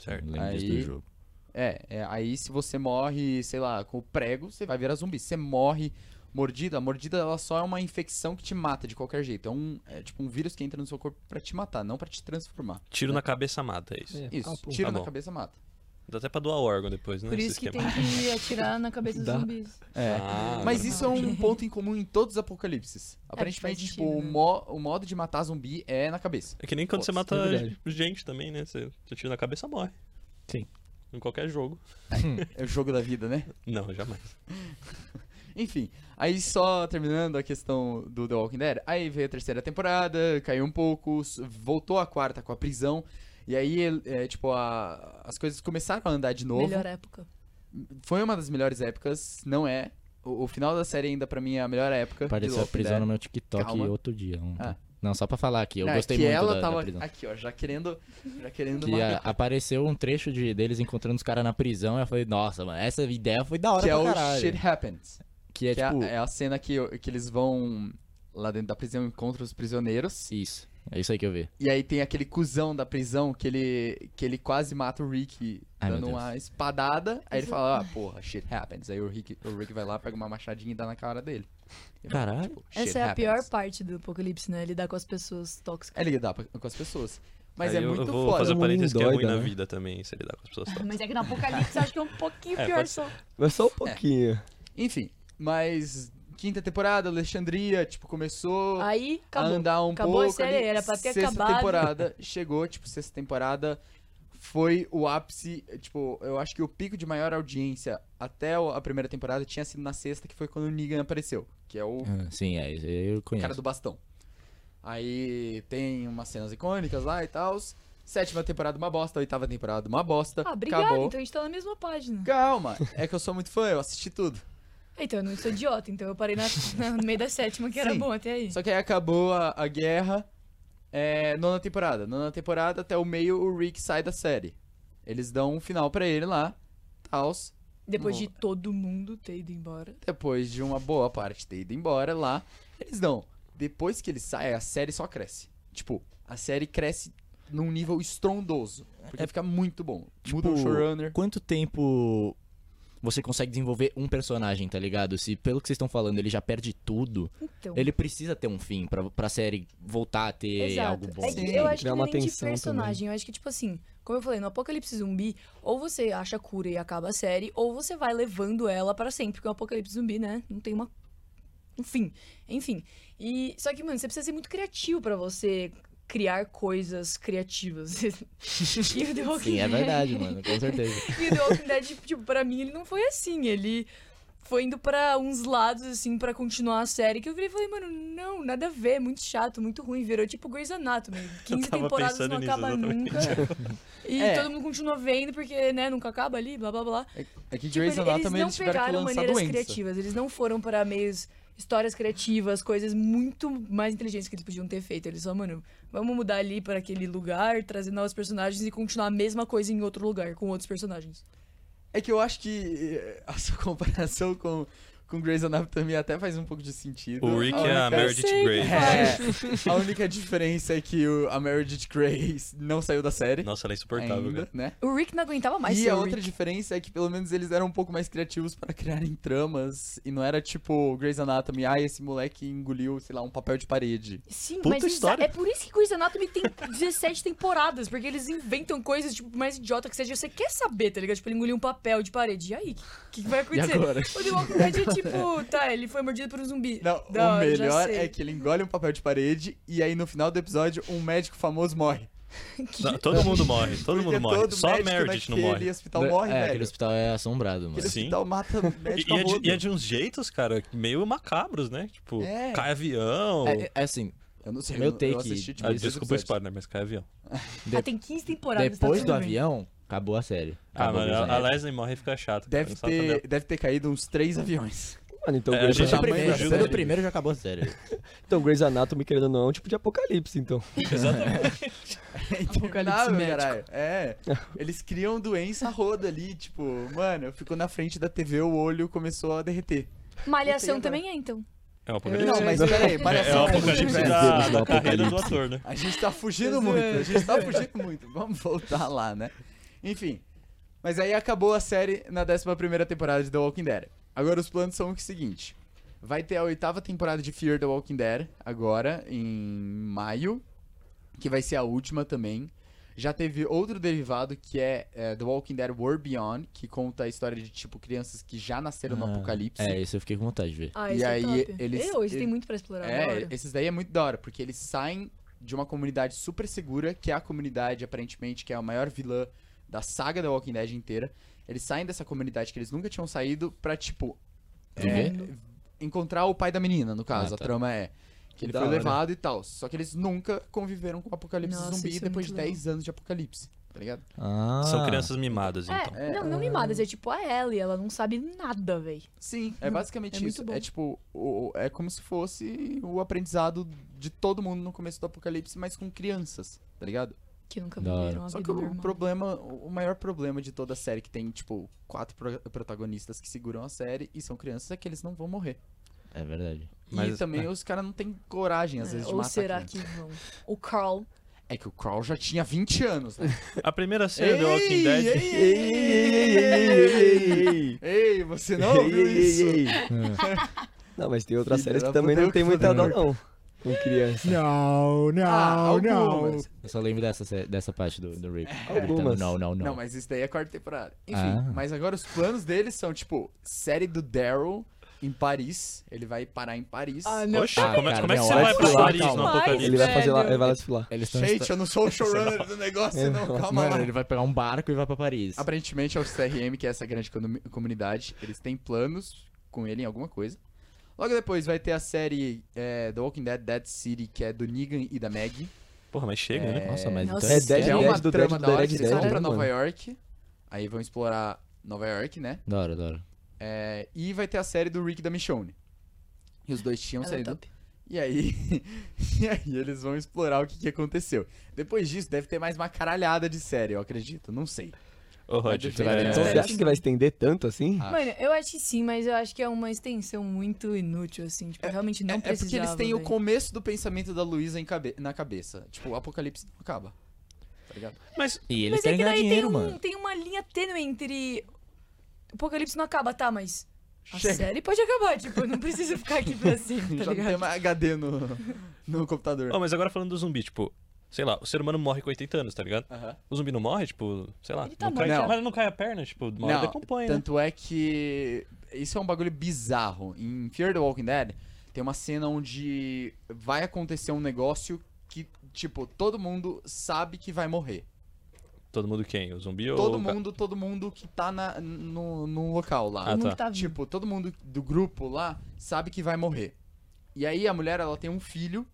Speaker 2: Certo.
Speaker 3: lembro disso do
Speaker 1: Aí-
Speaker 3: jogo.
Speaker 1: É, é, aí se você morre, sei lá, com o prego, você vai virar zumbi. Se Você morre mordida, a mordida ela só é uma infecção que te mata de qualquer jeito. É, um, é tipo um vírus que entra no seu corpo pra te matar, não pra te transformar.
Speaker 2: Tiro na cabeça mata, é isso.
Speaker 4: É,
Speaker 1: Isso, Tipo,
Speaker 4: papo.
Speaker 1: tira
Speaker 2: Tá
Speaker 1: na
Speaker 2: bom.
Speaker 1: cabeça mata.
Speaker 2: Dá até pra doar órgão depois, né?
Speaker 5: Por
Speaker 2: esse
Speaker 5: isso que tem
Speaker 2: esquema.
Speaker 5: que atirar na cabeça dos
Speaker 4: Dá.
Speaker 5: zumbis.
Speaker 1: É.
Speaker 2: Ah,
Speaker 1: Mas
Speaker 2: agora-
Speaker 1: isso é um ponto em comum em todos os apocalipses.
Speaker 5: faz
Speaker 1: Aparentemente,
Speaker 5: sentido,
Speaker 1: tipo, o,
Speaker 5: né?
Speaker 1: mo- o modo de matar zumbi é na cabeça.
Speaker 2: É que nem quando você mata
Speaker 4: Putz, é verdade.
Speaker 2: gente também, né? Você, você tira na cabeça, morre.
Speaker 3: Sim.
Speaker 2: Em qualquer jogo.
Speaker 1: É o jogo da vida, né?
Speaker 2: Não, jamais.
Speaker 1: Enfim, aí só terminando a questão do The Walking Dead, aí veio a terceira temporada, caiu um pouco, s- voltou a quarta com a prisão, e aí, el- é, tipo, a- as coisas começaram a andar de novo.
Speaker 5: Melhor época.
Speaker 1: Foi uma das melhores épocas, não é. O, o final da série ainda pra mim é a melhor época. de The
Speaker 3: Apareceu a
Speaker 1: Walking
Speaker 3: prisão
Speaker 1: Dead.
Speaker 3: no meu TikTok
Speaker 1: né? Calma.
Speaker 3: outro dia. ontem.
Speaker 1: Ah.
Speaker 3: Não, só pra falar aqui, eu
Speaker 1: Não, é
Speaker 3: gostei
Speaker 1: que
Speaker 3: muito
Speaker 1: ela
Speaker 3: da,
Speaker 1: tava
Speaker 3: da prisão.
Speaker 1: aqui, ó, já querendo, já querendo
Speaker 3: Que
Speaker 1: uma
Speaker 3: a- apareceu um trecho de, deles encontrando os caras na prisão. E eu falei, nossa, mano, essa ideia foi da hora
Speaker 1: que é
Speaker 3: pra
Speaker 1: o
Speaker 3: caralho.
Speaker 1: Shit Happens.
Speaker 3: Que é
Speaker 1: que é a-
Speaker 3: tipo.
Speaker 1: é, a cena que, o- que eles vão lá dentro da prisão e encontram os prisioneiros.
Speaker 3: Isso. É isso aí que eu vi.
Speaker 1: E aí tem aquele cuzão da prisão que ele, que ele quase mata o Rick
Speaker 3: Ai, meu
Speaker 1: dando
Speaker 3: Deus.
Speaker 1: uma espadada. Aí ele fala, ah, porra, shit happens. Aí o Rick, o Rick vai lá, pega uma machadinha e dá na cara dele.
Speaker 2: Caralho.
Speaker 1: Shit
Speaker 5: Essa é a pior
Speaker 1: happens.
Speaker 5: parte do Apocalipse, né? Lidar com as pessoas tóxicas.
Speaker 1: É lidar pra- com as pessoas. Mas é
Speaker 2: Aí eu,
Speaker 1: muito
Speaker 2: eu vou
Speaker 1: foda.
Speaker 2: fazer um
Speaker 4: É um mundo
Speaker 2: parênteses que é ruim
Speaker 4: doido,
Speaker 2: na
Speaker 4: né?
Speaker 2: vida também, se lidar com as pessoas.
Speaker 5: Mas é que no Apocalipse eu acho que é um pouquinho
Speaker 2: É,
Speaker 5: pior
Speaker 2: pode
Speaker 5: só.
Speaker 4: Mas só um
Speaker 1: é.
Speaker 4: pouquinho.
Speaker 1: Enfim, mas quinta temporada, Alexandria, tipo, começou
Speaker 5: Aí,
Speaker 1: a
Speaker 5: acabou.
Speaker 1: andar um
Speaker 5: Acabou a
Speaker 1: pouco.
Speaker 5: série,
Speaker 1: ali.
Speaker 5: era pra ter
Speaker 1: sexta
Speaker 5: acabado.
Speaker 1: temporada, chegou, tipo, sexta temporada foi o ápice, tipo, eu acho que o pico de maior audiência até o- a primeira temporada tinha sido na sexta, que foi quando o Negan apareceu, que é o
Speaker 3: Ah, Sim, é, isso aí
Speaker 1: cara
Speaker 3: eu conheço.
Speaker 1: do bastão. Aí tem umas cenas icônicas lá e tal. Sétima temporada, uma bosta. Oitava temporada, uma bosta.
Speaker 5: Ah, obrigado.
Speaker 1: acabou.
Speaker 5: Então a gente tá na mesma página.
Speaker 1: Calma, é que eu sou muito fã, eu assisti tudo.
Speaker 5: Então, eu não sou idiota, então eu parei na, na- no meio da sétima, que era
Speaker 1: Sim.
Speaker 5: bom até aí.
Speaker 1: Só que aí acabou a, a guerra. É, nona temporada. Nona temporada, até o meio, o Rick sai da série. Eles dão um final pra ele lá. Tals.
Speaker 5: Depois de todo mundo ter ido embora.
Speaker 1: Depois de uma boa parte ter ido embora lá. Eles dão. Depois que ele sai, a série só cresce. Tipo, a série cresce num nível estrondoso. Porque fica muito bom. Muda o
Speaker 3: Tipo,
Speaker 1: showrunner.
Speaker 3: Quanto tempo você consegue desenvolver um personagem, tá ligado? Se pelo que vocês estão falando, ele já perde tudo,
Speaker 5: Então.
Speaker 3: ele precisa ter um fim pra, pra série voltar a ter algo bom.
Speaker 5: É que
Speaker 1: Sim.
Speaker 5: eu acho que
Speaker 4: Criar
Speaker 5: não
Speaker 4: uma
Speaker 5: é nem de
Speaker 4: tensão
Speaker 5: personagem.
Speaker 4: também.
Speaker 5: Eu acho que, tipo assim, como eu falei, no Apocalipse Zumbi, ou você acha a cura e acaba a série, ou você vai levando ela pra sempre, porque o Apocalipse Zumbi, né? Não tem uma. Um fim. Enfim. E... Só que, mano, você precisa ser muito criativo pra você criar coisas criativas. e o The Walking
Speaker 3: Sim, é
Speaker 5: Dead-
Speaker 3: verdade, mano, com certeza.
Speaker 5: E o The Walking Dead, tipo, pra mim, ele não foi assim. Ele foi indo pra uns lados, assim, pra continuar a série. Que eu virei e falei, mano, não, nada a ver. É muito chato, muito ruim. Virou tipo Grey's Anatomy. 15
Speaker 2: tava
Speaker 5: temporadas
Speaker 2: pensando
Speaker 5: não
Speaker 2: nisso
Speaker 5: acaba
Speaker 2: exatamente.
Speaker 5: nunca. E
Speaker 1: É.
Speaker 5: todo mundo continua vendo, porque, né, nunca acaba ali, blá, blá, blá.
Speaker 1: É que
Speaker 5: Tipo,
Speaker 1: Grey's
Speaker 5: ele-
Speaker 1: Anatomy eles
Speaker 5: eles não
Speaker 1: tiveram que
Speaker 5: pegaram
Speaker 1: lançar
Speaker 5: maneiras
Speaker 1: doença.
Speaker 5: criativas. Eles não foram pra meios... Histórias criativas, coisas muito mais inteligentes que eles podiam ter feito. Eles só, mano, vamos mudar ali pra aquele lugar, trazer novos personagens e continuar a mesma coisa em outro lugar, com outros personagens.
Speaker 1: É que eu acho que eh, a sua comparação com, com Grey's Anatomy até faz um pouco de sentido.
Speaker 2: O Rick é a
Speaker 1: única-
Speaker 5: Mary-
Speaker 2: Meredith
Speaker 5: sei que
Speaker 2: Grey.
Speaker 1: É, a única diferença é que o- a Meredith Grey não saiu da série.
Speaker 2: Nossa, ela é insuportável,
Speaker 1: ainda,
Speaker 2: cara.
Speaker 1: né?
Speaker 5: O Rick não aguentava mais
Speaker 1: e
Speaker 5: ser
Speaker 1: a
Speaker 5: o
Speaker 1: outra
Speaker 5: Rick.
Speaker 1: diferença é que pelo menos eles eram um pouco mais criativos para criarem tramas. E não era tipo Grey's Anatomy, ah, esse moleque engoliu, sei lá, um papel de parede.
Speaker 5: Sim,
Speaker 2: Puta
Speaker 5: mas isso-
Speaker 2: história.
Speaker 5: é por isso que Grey's Anatomy tem 17 temporadas, porque eles inventam coisas, tipo, mais idiota que seja. Você quer saber, tá ligado? Tipo, ele engoliu um papel de parede. E aí, o que, que vai acontecer?
Speaker 1: agora?
Speaker 5: O The Walking Dead é tipo, tá, ele foi mordido por um zumbi.
Speaker 1: Não,
Speaker 5: Da
Speaker 1: o
Speaker 5: hora, já
Speaker 1: melhor
Speaker 5: sei.
Speaker 1: é que ele engole um papel de parede e aí no final do episódio um médico famoso morre.
Speaker 2: Não, Todo mundo morre, todo
Speaker 1: Porque
Speaker 2: mundo morre.
Speaker 1: todo
Speaker 2: Só a
Speaker 1: médico
Speaker 2: Meredith não
Speaker 1: naquele
Speaker 2: morre.
Speaker 1: hospital Então morre,
Speaker 3: é,
Speaker 1: velho.
Speaker 3: aquele hospital é assombrado, mano.
Speaker 1: Aquele
Speaker 2: Sim.
Speaker 1: hospital mata
Speaker 2: E,
Speaker 1: médico
Speaker 2: e é
Speaker 1: a
Speaker 2: de,
Speaker 1: rodo.
Speaker 2: e é de uns jeitos, cara, meio macabros, né? Tipo,
Speaker 1: É.
Speaker 2: cai avião.
Speaker 3: É, é assim,
Speaker 1: Eu não sei,
Speaker 3: Meu
Speaker 1: eu, não- eu
Speaker 3: take,
Speaker 1: assisti tipo
Speaker 2: Ah,
Speaker 1: esses
Speaker 2: desculpa o
Speaker 1: episódios.
Speaker 2: spoiler, mas cai avião.
Speaker 5: Ah, tem 15 temporadas.
Speaker 3: depois do
Speaker 5: tá tudo bem.
Speaker 3: avião, acabou a série.
Speaker 2: Ah,
Speaker 3: Acabou
Speaker 2: mano,
Speaker 3: Grey's
Speaker 2: a, a
Speaker 3: Anatomy.
Speaker 2: Leslie morre e fica chata. cara,
Speaker 1: Deve
Speaker 2: não sabe quando
Speaker 1: ter, deve ter caído uns três aviões.
Speaker 4: Mano, então,
Speaker 2: É, a
Speaker 4: Grey's
Speaker 2: gente
Speaker 3: Depois do
Speaker 4: Anatomy-
Speaker 2: aprendeu
Speaker 3: primeiro,
Speaker 2: fugiu
Speaker 3: depois do
Speaker 2: dele.
Speaker 3: primeiro já acabou a série.
Speaker 4: então, Grey's Anatomy, querendo ou não, é um tipo de apocalipse, então.
Speaker 1: É interminável, caralho. É. Eles criam doença a roda ali, tipo, mano, eu fico na frente da TV, o olho começou a derreter.
Speaker 5: Malhação
Speaker 1: Não sei agora.
Speaker 5: também é, então.
Speaker 2: É um apocalipse.
Speaker 1: Não, mas peraí,
Speaker 2: É,
Speaker 1: parece
Speaker 2: é o
Speaker 1: um
Speaker 2: apocalipse
Speaker 1: multiverso.
Speaker 2: da,
Speaker 4: Deus,
Speaker 2: da
Speaker 4: do
Speaker 2: carreira do
Speaker 4: apocalipse.
Speaker 2: ator, né?
Speaker 1: A gente tá fugindo muito, a gente tá fugindo muito. Vamos voltar lá, né? Enfim. Mas aí acabou a série na 11 temporada de The Walking Dead. Agora os planos são o seguinte: vai ter a oitava temporada de Fear the Walking Dead, agora, em maio, que vai ser a última também. Já teve outro derivado que é, é, The Walking Dead War Beyond, que conta a história de tipo crianças que já nasceram no
Speaker 3: Ah,
Speaker 1: apocalipse.
Speaker 3: É, isso eu fiquei com vontade de ver.
Speaker 5: Ah,
Speaker 1: E
Speaker 5: isso
Speaker 1: aí,
Speaker 5: é top.
Speaker 1: eles-
Speaker 5: Eu, hoje tem
Speaker 1: ele-
Speaker 5: muito pra explorar. Tá da
Speaker 1: É,
Speaker 5: hora.
Speaker 1: esses daí é muito da hora, porque eles saem de uma comunidade super segura, que é a comunidade, aparentemente, que é a maior vilã da saga da Walking Dead inteira. Eles saem dessa comunidade que eles nunca tinham saído pra, tipo, é, encontrar o pai da menina, no caso.
Speaker 3: Ah, tá.
Speaker 1: A trama é. Que ele
Speaker 4: Da
Speaker 1: foi
Speaker 4: hora.
Speaker 1: levado e tal. Só que eles nunca conviveram com o apocalipse
Speaker 5: Nossa,
Speaker 1: zumbi
Speaker 5: isso é
Speaker 1: depois de
Speaker 5: muito
Speaker 1: 10 anos de apocalipse, tá ligado?
Speaker 3: Ah,
Speaker 2: São crianças mimadas, então.
Speaker 5: É, não, não mimadas, é tipo a Ellie, ela não sabe nada, véi.
Speaker 1: Sim, é basicamente
Speaker 5: é muito
Speaker 1: isso.
Speaker 5: bom.
Speaker 1: É tipo, o- é como se fosse o aprendizado de todo mundo no começo do apocalipse, mas com crianças, tá ligado?
Speaker 5: Que nunca
Speaker 3: Da hora.
Speaker 5: viveram a
Speaker 1: Só que
Speaker 5: vida
Speaker 1: o
Speaker 5: normal.
Speaker 1: problema, o maior problema de toda a série que tem, tipo, quatro pro- protagonistas que seguram a série e são crianças é que eles não vão morrer.
Speaker 3: É verdade.
Speaker 1: e
Speaker 2: Mas-
Speaker 1: também os caras não têm coragem, às
Speaker 5: É,
Speaker 1: vezes, de
Speaker 5: Ou
Speaker 1: matar
Speaker 5: será
Speaker 1: criança.
Speaker 5: que vão? O Carl.
Speaker 1: É que o Carl já tinha 20 anos, né?
Speaker 2: A primeira cena do Walking Dead.
Speaker 1: ei, ei,
Speaker 3: É.
Speaker 1: ei, ei, ei, ei, ei, ei, você não ouviu isso?
Speaker 4: Não, mas tem outras
Speaker 1: Filha
Speaker 4: séries
Speaker 1: da
Speaker 4: que também
Speaker 1: puta,
Speaker 4: não
Speaker 1: eu
Speaker 4: tem
Speaker 1: que
Speaker 4: muita dó,
Speaker 1: fudeu.
Speaker 4: não. Com criança.
Speaker 6: Não, não,
Speaker 1: Ah,
Speaker 6: não.
Speaker 1: algumas.
Speaker 3: Eu só lembro dessa, sé- dessa parte do, do Rick.
Speaker 4: Algumas.
Speaker 3: Não, não, não.
Speaker 1: É, Não, mas isso daí é quarta temporada. Enfim,
Speaker 3: Ah.
Speaker 1: mas agora os planos deles são, tipo, série do Daryl em Paris. Ele vai parar em Paris.
Speaker 5: Ai, meu
Speaker 2: Oxe,
Speaker 5: pai.
Speaker 2: como, é-
Speaker 3: cara,
Speaker 2: como é que
Speaker 3: não,
Speaker 2: você
Speaker 3: olha
Speaker 2: vai
Speaker 3: que
Speaker 2: pra
Speaker 3: lá,
Speaker 2: Paris
Speaker 5: calma.
Speaker 2: no apocalipse?
Speaker 4: Ele vai fazer lá,
Speaker 5: velho.
Speaker 4: ele vai lá desfilar.
Speaker 3: Eles tão
Speaker 1: Gente,
Speaker 3: insta-
Speaker 1: eu não sou o showrunner do negócio, não. Calma
Speaker 3: Mano,
Speaker 1: lá.
Speaker 3: ele vai pegar um barco e vai pra Paris.
Speaker 1: Aparentemente é o CRM, que é essa grande comu- comunidade. Eles têm planos com ele em alguma coisa. Logo depois vai ter a série é, The Walking Dead, Dead City, que é do Negan e da Maggie.
Speaker 2: Porra, mas chega, né?
Speaker 3: Nossa, mas
Speaker 5: Nossa,
Speaker 3: então é
Speaker 5: é
Speaker 1: Que
Speaker 4: Dead
Speaker 1: é
Speaker 4: Dead
Speaker 1: uma
Speaker 4: do Dead
Speaker 1: trama
Speaker 4: do
Speaker 1: da hora.
Speaker 4: Dead
Speaker 1: que Eles vão
Speaker 4: Dead,
Speaker 1: pra
Speaker 4: né,
Speaker 1: Nova
Speaker 4: mano?
Speaker 1: York. Aí vão explorar Nova York, né?
Speaker 3: Da hora, da hora.
Speaker 1: É, e vai ter a série do Rick e da Michonne. E os dois tinham
Speaker 5: Ela é
Speaker 1: saído.
Speaker 5: top.
Speaker 1: E aí, e aí eles vão explorar o que, que aconteceu. Depois disso, deve ter mais uma caralhada de série, eu acredito. Não sei.
Speaker 2: Ô, Rod,
Speaker 1: Vai
Speaker 2: é,
Speaker 4: Então
Speaker 1: É.
Speaker 4: você acha que vai estender tanto assim?
Speaker 3: Ah.
Speaker 5: Mano, eu acho que sim, mas eu acho que é uma extensão muito inútil, assim. Tipo, eu realmente não
Speaker 1: é, é porque
Speaker 5: precisava.
Speaker 1: eles têm o
Speaker 5: velho.
Speaker 1: começo do pensamento da Luísa em cabe- na cabeça. Tipo, o apocalipse não acaba. Tá ligado?
Speaker 2: mas
Speaker 3: E eles
Speaker 5: Mas
Speaker 3: querem
Speaker 5: é que
Speaker 3: ganhar
Speaker 5: daí
Speaker 3: dinheiro,
Speaker 5: tem, um-
Speaker 3: mano.
Speaker 5: tem uma linha tênue entre. O apocalipse não acaba, tá, mas. A
Speaker 1: Chega.
Speaker 5: série pode acabar, tipo, eu não preciso ficar aqui pra sempre, tá
Speaker 1: Já não tem
Speaker 5: ligado?
Speaker 1: mais HD no, no computador.
Speaker 2: Ó, mas agora falando do zumbi, tipo, sei lá, o ser humano morre com 80 anos, tá ligado?
Speaker 1: Aham.
Speaker 2: O zumbi não morre, tipo, sei lá.
Speaker 5: Ele tá
Speaker 2: não cai,
Speaker 1: morto. Não.
Speaker 2: Mas não cai a perna, tipo, uma hora
Speaker 1: Não,
Speaker 2: decompõe, né?
Speaker 1: Tanto é que isso é um bagulho bizarro. Em Fear the Walking Dead, tem uma cena onde vai acontecer um negócio que, tipo, todo mundo sabe que vai morrer.
Speaker 2: Todo mundo quem? O zumbi ou.
Speaker 1: Todo
Speaker 2: o ca-
Speaker 1: mundo, todo mundo que tá na, no, no local lá.
Speaker 2: Ah,
Speaker 5: Todo mundo
Speaker 2: tá.
Speaker 5: tá vivo.
Speaker 1: Tipo, todo mundo do grupo lá sabe que vai morrer. E aí a mulher, ela tem um filho.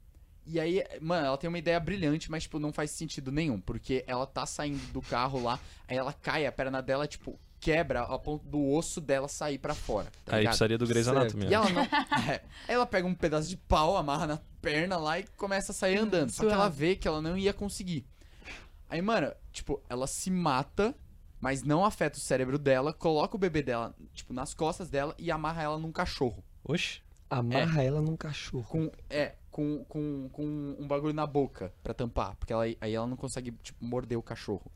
Speaker 1: E aí, mano, ela tem uma ideia brilhante, mas, tipo, não faz sentido nenhum. Porque ela tá saindo do carro lá, aí ela cai, a perna dela, tipo, quebra a ponto do osso dela sair pra fora. Tá
Speaker 2: Aí
Speaker 1: ligado?
Speaker 2: precisaria do Grey's
Speaker 4: Certo.
Speaker 2: Anatomy.
Speaker 1: E
Speaker 2: né?
Speaker 1: ela não. É. Aí ela pega um pedaço de pau, amarra na perna lá e começa a sair andando. Só que ela
Speaker 5: Suave.
Speaker 1: vê que ela não ia conseguir. Aí, mano, tipo, ela se mata, mas não afeta o cérebro dela, coloca o bebê dela, tipo, nas costas dela e amarra ela num cachorro.
Speaker 2: Oxi.
Speaker 1: é.
Speaker 4: Amarra ela num cachorro.
Speaker 1: Com. É, com, com, com um bagulho na boca pra tampar. Porque ela, aí ela não consegue, tipo, morder o cachorro.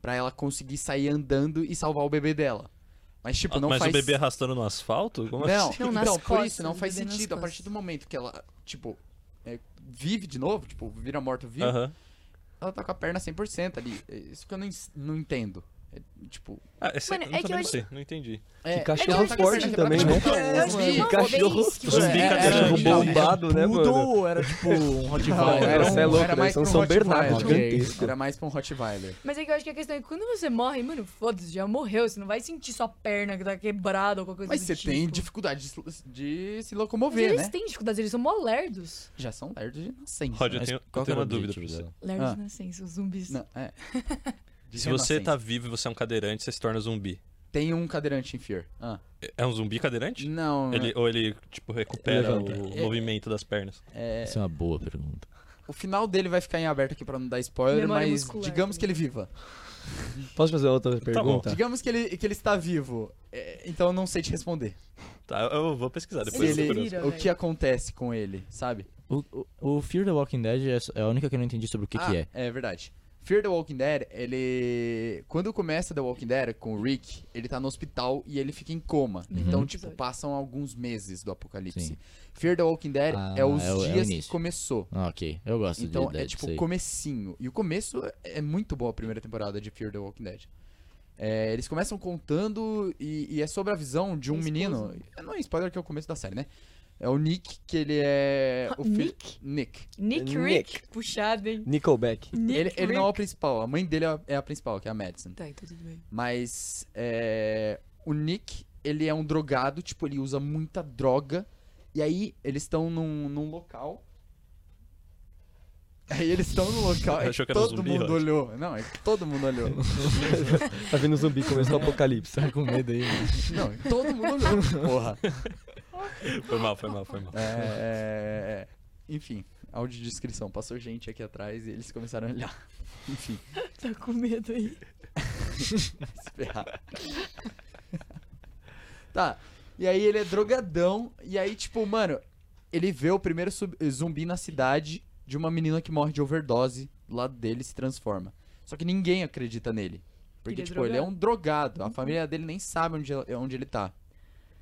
Speaker 1: Pra ela conseguir sair andando e salvar o bebê dela. Mas, tipo,
Speaker 2: Ah,
Speaker 1: não
Speaker 2: mas
Speaker 1: faz
Speaker 2: o bebê arrastando no asfalto? Como
Speaker 1: não,
Speaker 2: assim?
Speaker 5: Não, nas
Speaker 1: então, por
Speaker 5: costas,
Speaker 1: isso não faz
Speaker 5: bebê nas
Speaker 1: sentido. A partir
Speaker 5: costas.
Speaker 1: do momento que ela, tipo, é, vive de novo, tipo, vira morto-vivo,
Speaker 2: Aham.
Speaker 1: ela tá com a perna 100% ali. É Isso que eu não, ens- não entendo. É, tipo,
Speaker 2: Ah, essa,
Speaker 5: Mano,
Speaker 2: eu
Speaker 5: é que
Speaker 2: também
Speaker 5: eu
Speaker 2: não
Speaker 5: acho-
Speaker 2: sei, não entendi.
Speaker 1: é,
Speaker 4: cachorro
Speaker 1: ela tá com a perna
Speaker 5: forte
Speaker 1: quebrada,
Speaker 5: também,
Speaker 1: tipo,
Speaker 5: né?
Speaker 1: é,
Speaker 5: Eu acho que
Speaker 1: zumbi.
Speaker 5: uma
Speaker 4: cachorro-
Speaker 5: vez que
Speaker 2: zumbi
Speaker 5: você-
Speaker 2: cadeirante.
Speaker 5: É,
Speaker 3: Tipo,
Speaker 4: Cachorro
Speaker 2: Era
Speaker 4: bombado, né, mano?
Speaker 3: Poodle, era tipo um Rottweiler.
Speaker 1: era
Speaker 4: Você é
Speaker 1: um-
Speaker 4: louco,
Speaker 1: era
Speaker 4: né?
Speaker 1: mais
Speaker 4: São
Speaker 1: pra um
Speaker 4: São Bernardo,
Speaker 1: Rottweiler.
Speaker 4: gigantesco.
Speaker 1: Era mais pra um Rottweiler.
Speaker 5: Mas é que eu acho que a questão é que quando você morre, mano, foda-se, já morreu. Você não vai sentir sua perna que tá quebrada ou qualquer coisa
Speaker 1: Mas
Speaker 5: do
Speaker 1: você
Speaker 5: tipo.
Speaker 1: tem dificuldade de, se- de se
Speaker 5: Mas
Speaker 1: locomover,
Speaker 5: eles
Speaker 1: né?
Speaker 5: têm dificuldades, eles são mó lerdos.
Speaker 1: Já são lerdos de nascença.
Speaker 2: Roger,
Speaker 1: né?
Speaker 2: eu tenho, eu
Speaker 3: Qual que
Speaker 2: tenho
Speaker 3: era
Speaker 2: uma
Speaker 3: o
Speaker 2: dúvida pra você.
Speaker 3: objetivo dela?
Speaker 5: Lerdos
Speaker 1: Ah.
Speaker 5: na ciência, os zumbis.
Speaker 1: Não, é. De
Speaker 2: Se você
Speaker 1: renascença.
Speaker 2: tá vivo e você é um cadeirante, você se torna zumbi.
Speaker 1: Tem um cadeirante em Fear. Ah.
Speaker 2: É um zumbi cadeirante?
Speaker 1: Não,
Speaker 2: Ele, ou ele, tipo, recupera
Speaker 4: Levanta.
Speaker 2: o movimento das pernas.
Speaker 1: é...
Speaker 3: Essa é uma boa pergunta.
Speaker 1: O final dele vai ficar em aberto aqui pra não dar spoiler,
Speaker 5: Memória
Speaker 1: mas
Speaker 5: muscular
Speaker 1: digamos que ele
Speaker 5: também.
Speaker 1: viva.
Speaker 4: Posso fazer
Speaker 1: Tá
Speaker 4: outra
Speaker 3: Tá.
Speaker 4: pergunta?
Speaker 1: Digamos que ele, que ele está vivo. É, então eu não sei te responder.
Speaker 2: Tá, eu vou pesquisar
Speaker 1: Se
Speaker 2: depois. eu
Speaker 5: Sim,
Speaker 2: tô
Speaker 1: ele,
Speaker 2: curioso.
Speaker 5: Vira,
Speaker 1: o
Speaker 5: velho.
Speaker 1: que acontece com ele, sabe?
Speaker 3: O, o, o Fear the Walking Dead é só- é a única que eu não entendi sobre o que,
Speaker 1: Ah,
Speaker 3: que é.
Speaker 1: É verdade. Fear the Walking Dead, ele. Quando começa The Walking Dead com o Rick, ele tá no hospital e ele fica em coma.
Speaker 5: Uhum.
Speaker 1: Então, tipo,
Speaker 5: Episódio.
Speaker 1: passam alguns meses do apocalipse.
Speaker 3: Sim.
Speaker 1: Fear the Walking Dead
Speaker 3: Ah,
Speaker 1: é os
Speaker 3: é o- é o
Speaker 1: dias que
Speaker 3: início.
Speaker 1: começou.
Speaker 3: Ah, ok, eu gosto
Speaker 1: Então
Speaker 3: de
Speaker 1: é
Speaker 3: ideia
Speaker 1: tipo
Speaker 3: disso aí.
Speaker 1: comecinho. E o começo é- é muito boa a primeira temporada de Fear the Walking Dead. É, eles começam contando e, e é sobre a visão de um
Speaker 5: Esposa.
Speaker 1: menino. Não é spoiler que é o começo da série, né? É o Nick, que ele é. O filho-
Speaker 5: Ah, Nick?
Speaker 1: Nick.
Speaker 5: Nick
Speaker 4: Nick.
Speaker 5: Rick, puxado, hein?
Speaker 4: Nickelback.
Speaker 5: Nick
Speaker 1: ele, ele
Speaker 5: Rick.
Speaker 1: não é o principal, a mãe dele é a- é a principal, que é a Madison.
Speaker 5: Tá, então tudo bem.
Speaker 1: Mas é, o Nick, ele é um drogado, tipo, ele usa muita droga. E aí eles estão num, num local. Aí eles estão num local. é
Speaker 2: Achou que era um
Speaker 1: todo
Speaker 2: zumbi,
Speaker 1: mundo
Speaker 2: Roger.
Speaker 1: olhou. Não, é que todo mundo olhou.
Speaker 4: Tá vindo zumbi, começou o apocalipse.
Speaker 3: Tá com medo aí, mano.
Speaker 1: Não, é que todo mundo olhou. Porra.
Speaker 2: Foi mal, foi mal, foi mal.
Speaker 1: É, é, é, enfim, audiodescrição. Passou gente aqui atrás e eles começaram a olhar. Enfim,
Speaker 5: Tá com medo aí.
Speaker 1: se ferrar. tá. E aí ele é drogadão. E aí, tipo, mano, ele vê o primeiro sub- zumbi na cidade de uma menina que morre de overdose. Do lado dele se transforma. Só que ninguém acredita nele. Porque,
Speaker 5: Ele é
Speaker 1: tipo, ele é um drogado. A família dele nem sabe onde, onde ele tá.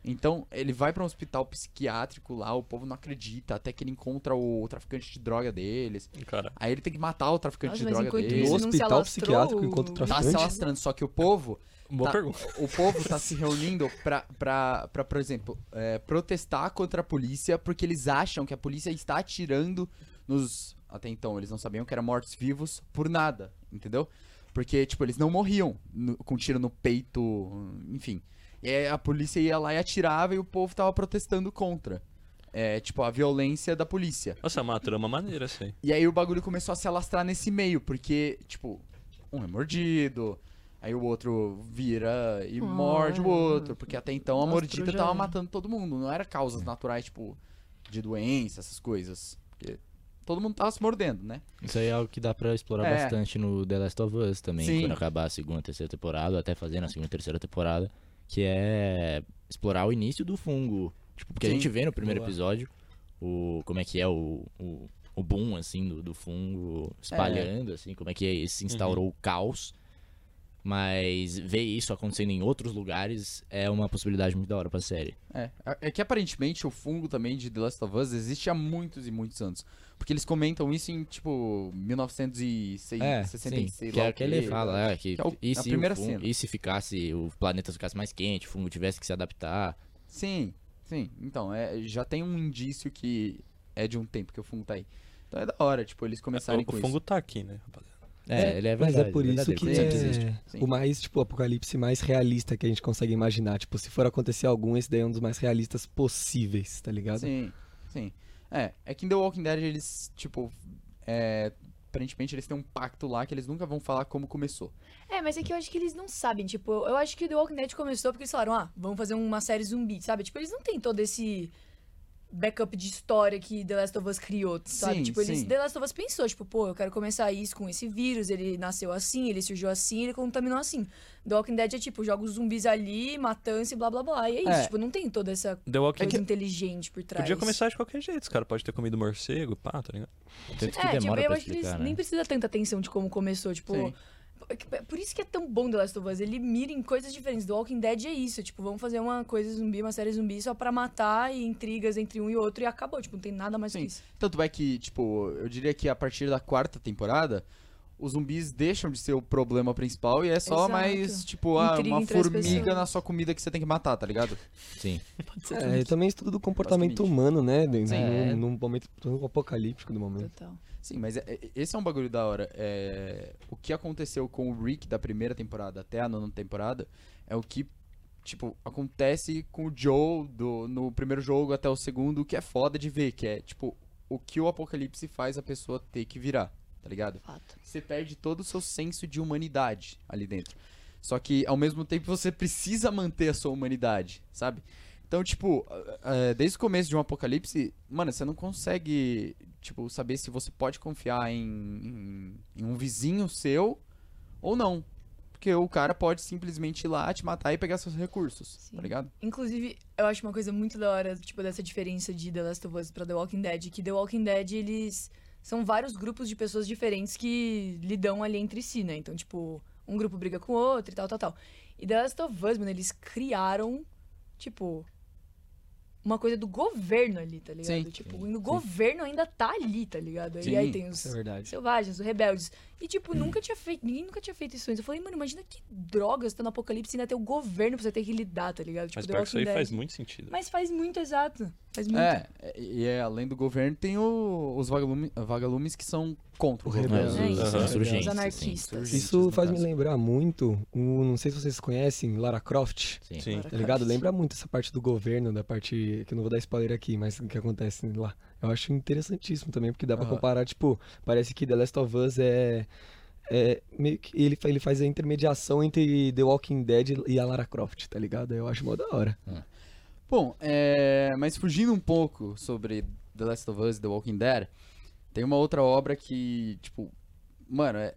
Speaker 1: Então, ele vai pra um hospital psiquiátrico lá, o povo não acredita, até que ele encontra o traficante de droga deles.
Speaker 2: Cara,
Speaker 1: Aí ele tem que matar o traficante de
Speaker 5: Nossa, mas
Speaker 1: droga
Speaker 5: enquanto
Speaker 1: deles.
Speaker 5: isso,
Speaker 4: No
Speaker 5: não se
Speaker 4: hospital
Speaker 5: alastrou
Speaker 4: psiquiátrico
Speaker 5: o-
Speaker 4: enquanto
Speaker 1: Tá se
Speaker 4: traficante.
Speaker 1: alastrando, só que o povo
Speaker 2: boa
Speaker 1: Tá.
Speaker 2: pergunta.
Speaker 1: o povo tá se reunindo pra, pra, pra por exemplo, é, protestar contra a polícia porque eles acham que a polícia está atirando nos. Até então, eles não sabiam que eram mortos-vivos por nada, entendeu? Porque, tipo, eles não morriam no- com tiro no peito, hum, enfim. E aí a polícia ia lá e atirava e o povo tava protestando contra. É, tipo, a violência da polícia.
Speaker 2: Nossa, é uma trama maneira, assim.
Speaker 1: E aí o bagulho começou a se alastrar nesse meio, porque, tipo, um é mordido, aí o outro vira e
Speaker 5: Ah.
Speaker 1: morde o outro, porque até então a
Speaker 5: Nossa,
Speaker 1: mordida
Speaker 5: já
Speaker 1: tava
Speaker 5: é.
Speaker 1: matando todo mundo, não era causas naturais, tipo, de doença, essas coisas. Porque todo mundo tava se mordendo, né?
Speaker 3: Isso aí é algo que dá pra explorar
Speaker 1: É.
Speaker 3: bastante no The Last of Us também,
Speaker 1: Sim.
Speaker 3: quando acabar a segunda, terceira temporada, até fazer na segunda, terceira temporada, que é explorar o início do fungo. Tipo, porque
Speaker 1: Sim.
Speaker 3: a gente vê no primeiro
Speaker 4: Boa.
Speaker 3: episódio o como é que é o, o, o boom, assim, do, do fungo espalhando, assim, como é que
Speaker 1: Uhum.
Speaker 3: se instaurou o caos. Mas ver isso acontecendo em outros lugares é uma possibilidade muito da hora pra série.
Speaker 1: É, a- é que aparentemente o fungo também de The Last of Us existe há muitos e muitos anos. Porque eles comentam isso em, tipo, 1966.
Speaker 3: É,
Speaker 1: sei
Speaker 3: sim, que
Speaker 1: lá
Speaker 3: é
Speaker 1: o
Speaker 3: o que ele
Speaker 1: quê.
Speaker 3: fala, é, que,
Speaker 1: Que é o-
Speaker 3: e,
Speaker 1: a
Speaker 3: se
Speaker 1: primeira
Speaker 3: o fungo-
Speaker 1: cena.
Speaker 3: e se ficasse, o planeta ficasse mais quente, o fungo tivesse que se adaptar,
Speaker 1: Sim, sim. Então, é, já tem um indício que é de um tempo que o fungo tá aí. Então é da hora, tipo, eles começarem
Speaker 2: O,
Speaker 1: com
Speaker 2: o fungo tá aqui, né, rapaziada?
Speaker 3: É, ele é
Speaker 4: Mas
Speaker 3: verdade.
Speaker 4: é por isso
Speaker 3: verdadeiro,
Speaker 4: que
Speaker 1: sempre
Speaker 3: existe.
Speaker 4: é
Speaker 1: Sim.
Speaker 4: o mais, tipo, apocalipse mais realista que a gente consegue imaginar. Tipo, se for acontecer algum, esse daí é um dos mais realistas possíveis, tá ligado?
Speaker 1: isso. Sim, sim. É, é que em The Walking Dead eles, tipo, é, aparentemente eles têm um pacto lá que eles nunca vão falar como começou.
Speaker 5: É, mas é que eu acho que eles não sabem, tipo, eu, eu acho que The Walking Dead começou porque eles falaram, ah, vamos fazer uma série zumbi, sabe? Tipo, eles não têm todo esse backup de história que The Last of Us criou, sabe?
Speaker 1: Sim,
Speaker 5: tipo, eles,
Speaker 1: sim.
Speaker 5: The Last of Us pensou, tipo, pô, eu quero começar isso com esse vírus, ele nasceu assim, ele surgiu assim, ele contaminou assim. The Walking Dead é tipo, joga os zumbis ali, matança e blá blá blá, e é isso,
Speaker 1: É.
Speaker 5: tipo, não tem toda essa
Speaker 2: The Walking
Speaker 5: coisa
Speaker 2: Dead
Speaker 5: inteligente por
Speaker 2: É
Speaker 5: trás.
Speaker 2: podia começar de qualquer jeito. Os caras podem ter comido morcego, pá, tá ligado?
Speaker 3: Tanto que
Speaker 5: É, tipo,
Speaker 3: demora
Speaker 5: eu
Speaker 3: pra
Speaker 5: acho que eles
Speaker 3: explicar, né?
Speaker 5: nem precisa tanta atenção de como começou, tipo...
Speaker 1: Sim.
Speaker 5: Por- Por isso que é tão bom The Last of Us. Ele mira em coisas diferentes. The Walking Dead é isso. Tipo, vamos fazer uma coisa zumbi, uma série zumbi só pra matar e intrigas entre um e outro e acabou. Tipo, não tem nada mais
Speaker 1: Sim.
Speaker 5: que isso.
Speaker 1: Tanto é que, tipo, eu diria que a partir da quarta temporada, os zumbis deixam de ser o problema principal e é só
Speaker 5: Exato.
Speaker 1: mais, tipo, ah,
Speaker 5: Intriga
Speaker 1: uma
Speaker 5: entre as
Speaker 1: formiga
Speaker 5: pessoas.
Speaker 1: na sua comida que você tem que matar, tá ligado?
Speaker 3: Sim.
Speaker 4: É, também estudo do comportamento
Speaker 1: Basicamente.
Speaker 4: humano, né? Num,
Speaker 3: É.
Speaker 4: num momento tão apocalíptico do momento.
Speaker 5: Total.
Speaker 1: Sim, mas é- é- esse é um bagulho da hora. É, o que aconteceu com o Rick da primeira temporada até a nona temporada é o que, tipo, acontece com o Joe do, no primeiro jogo até o segundo, que é foda de ver, que é, tipo, o que o apocalipse faz a pessoa ter que virar, tá ligado?
Speaker 5: Fato.
Speaker 1: Você perde todo o seu senso de humanidade ali dentro. Só que, ao mesmo tempo, você precisa manter a sua humanidade, sabe? Então, tipo, eh, eh, desde o começo de um apocalipse, mano, você não consegue, tipo, saber se você pode confiar em, em- em um vizinho seu ou não. Porque o cara pode simplesmente ir lá, te matar e pegar seus recursos,
Speaker 5: Sim.
Speaker 1: tá ligado?
Speaker 5: Inclusive, eu acho uma coisa muito da hora, tipo, dessa diferença de The Last of Us pra The Walking Dead, que The Walking Dead, eles são vários grupos de pessoas diferentes que lidam ali entre si, né? Então, tipo, um grupo briga com o outro e tal, tal, tal. E The Last of Us, mano, eles criaram, tipo, uma coisa do governo ali, tá ligado?
Speaker 1: Sim.
Speaker 5: Tipo, e o governo ainda tá ali, tá ligado?
Speaker 1: Sim, é
Speaker 5: E aí tem os
Speaker 4: verdade.
Speaker 5: selvagens, os rebeldes. E, tipo, nunca tinha feito. Ninguém nunca tinha feito isso antes. Eu falei, mano, imagina que droga você tá no apocalipse e ainda tem o governo pra você ter que lidar, tá ligado?
Speaker 2: Mas
Speaker 5: The
Speaker 2: pior que isso aí
Speaker 5: Walking
Speaker 2: faz
Speaker 5: Dead.
Speaker 2: muito sentido.
Speaker 5: Mas faz muito, exato. Faz muito.
Speaker 1: É, e é, além do governo, tem o- os vagalume- vagalumes que são contra o
Speaker 4: O rebelde.
Speaker 1: governo.
Speaker 3: Mas os,
Speaker 5: É, isso.
Speaker 3: os
Speaker 2: Aham.
Speaker 5: Os
Speaker 3: insurgentes, sim.
Speaker 5: anarquistas.
Speaker 1: Gente,
Speaker 4: Isso
Speaker 1: no
Speaker 4: faz me
Speaker 1: caso.
Speaker 4: lembrar muito, o- não sei se vocês conhecem, Lara Croft.
Speaker 3: Sim.
Speaker 2: Sim.
Speaker 4: Tá ligado? Lembra muito essa parte do governo, da parte. que eu não vou dar spoiler aqui, mas o que acontece lá. Eu acho interessantíssimo também, porque dá pra
Speaker 1: Aham.
Speaker 4: comparar, tipo, parece que The Last of Us é. é meio que ele, fa- ele faz a intermediação entre The Walking Dead e a Lara Croft, tá ligado? Eu acho mó da hora.
Speaker 1: Bom, é, mas fugindo um pouco sobre The Last of Us e The Walking Dead, tem uma outra obra que, tipo, mano, é,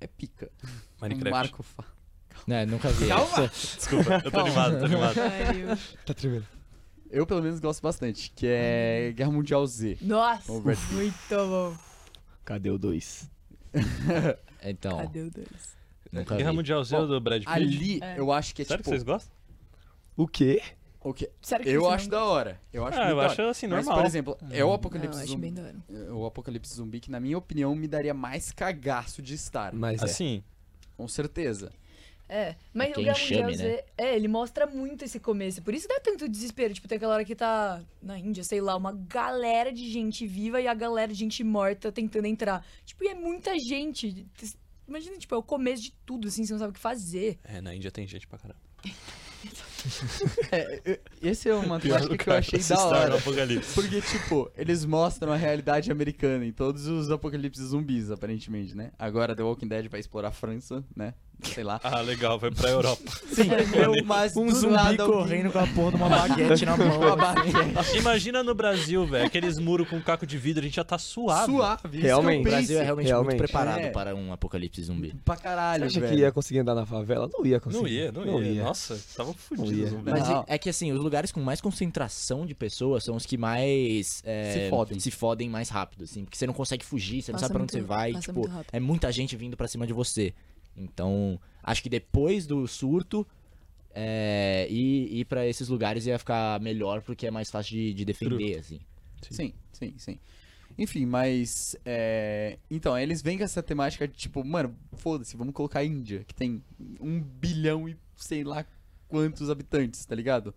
Speaker 1: é pica.
Speaker 2: Minecraft.
Speaker 1: O Marco fa-
Speaker 3: É, nunca vi.
Speaker 1: Calma!
Speaker 2: Desculpa, eu tô animado, tô animado.
Speaker 4: Tá tremendo.
Speaker 1: Eu, pelo menos, gosto bastante, que é
Speaker 5: Hum.
Speaker 1: Guerra Mundial Z.
Speaker 5: Nossa,
Speaker 1: Over.
Speaker 5: muito bom.
Speaker 4: Cadê o 2?
Speaker 3: Então,
Speaker 5: Cadê o dois?
Speaker 3: nunca
Speaker 2: Guerra
Speaker 3: vi.
Speaker 2: Mundial Z é
Speaker 1: Bom,
Speaker 2: do Brad Pitt.
Speaker 1: Ali, eu acho que é,
Speaker 2: Sério que
Speaker 1: tipo...
Speaker 2: vocês gostam?
Speaker 4: O quê?
Speaker 1: O que
Speaker 5: Sério que
Speaker 1: eu
Speaker 5: você não
Speaker 1: acho
Speaker 5: gosta?
Speaker 1: da hora. Eu acho
Speaker 2: Ah,
Speaker 1: muito
Speaker 2: eu
Speaker 1: da
Speaker 2: acho
Speaker 1: hora.
Speaker 2: assim,
Speaker 1: Mas,
Speaker 2: normal.
Speaker 1: por exemplo, é o
Speaker 5: Não,
Speaker 1: Apocalipse
Speaker 5: eu acho
Speaker 1: Zumbi.
Speaker 5: bem da hora.
Speaker 1: eh, O Apocalipse Zumbi que, na minha opinião, me daria mais cagaço de estar.
Speaker 4: Mas é.
Speaker 2: assim,
Speaker 1: Com certeza.
Speaker 5: É, mas
Speaker 3: Aquele
Speaker 5: o Guerra Mundial
Speaker 3: enxame, né?
Speaker 5: Z, é, ele mostra muito esse começo. Por isso dá tanto desespero. Tipo, tem aquela hora que tá na Índia, sei lá, uma galera de gente viva e a galera de gente morta tentando entrar. Tipo, e é muita gente. Imagina, tipo, é o começo de tudo, assim, você não sabe o que fazer.
Speaker 2: é, na Índia tem gente pra caramba.
Speaker 1: É, eu- esse é uma temática que eu achei da hora. Porque, tipo, eles mostram a realidade americana em todos os apocalipses zumbis, aparentemente, né? Agora The Walking Dead vai explorar a França, né? Sei lá.
Speaker 2: Ah, legal, vai pra Europa.
Speaker 1: Sim, eu, mas
Speaker 3: Um
Speaker 1: do
Speaker 3: zumbi
Speaker 1: nada alguém-
Speaker 3: correndo com a porra de uma
Speaker 1: um
Speaker 3: baguete na mão.
Speaker 1: Uma barriga
Speaker 2: Imagina no Brasil, velho, aqueles muros com caco de vidro, a gente já tá suave.
Speaker 1: suave. Isso que
Speaker 3: O
Speaker 4: Realmente.
Speaker 1: eu
Speaker 3: Brasil é
Speaker 1: pensei.
Speaker 3: realmente,
Speaker 4: Realmente.
Speaker 3: muito preparado
Speaker 1: É.
Speaker 3: para um apocalipse zumbi.
Speaker 1: Pra caralho,
Speaker 4: Você acha
Speaker 1: velho.
Speaker 4: que ia conseguir andar na favela? Não ia conseguir.
Speaker 2: Não ia, não, ia. Nossa, tava
Speaker 4: Não ia.
Speaker 2: fudido. zumbi.
Speaker 3: Mas
Speaker 1: Não.
Speaker 3: é é que assim, os lugares com mais concentração de pessoas são os que mais é,
Speaker 1: Se fodem.
Speaker 3: se fodem mais rápido, assim, porque você não consegue fugir, você não
Speaker 5: Passa
Speaker 3: sabe pra onde
Speaker 5: muito-
Speaker 3: você vai,
Speaker 5: passa
Speaker 3: tipo,
Speaker 5: muito rápido.
Speaker 3: é muita gente vindo pra cima de você. Então, acho que depois do surto, é, ir, ir pra esses lugares ia ficar melhor porque é mais fácil de, de defender, assim.
Speaker 1: Sim, sim, sim. Enfim, mas. é, Então, eles vêm com essa temática de tipo, mano, foda-se, vamos colocar a Índia, que tem um bilhão e sei lá quantos habitantes, tá ligado?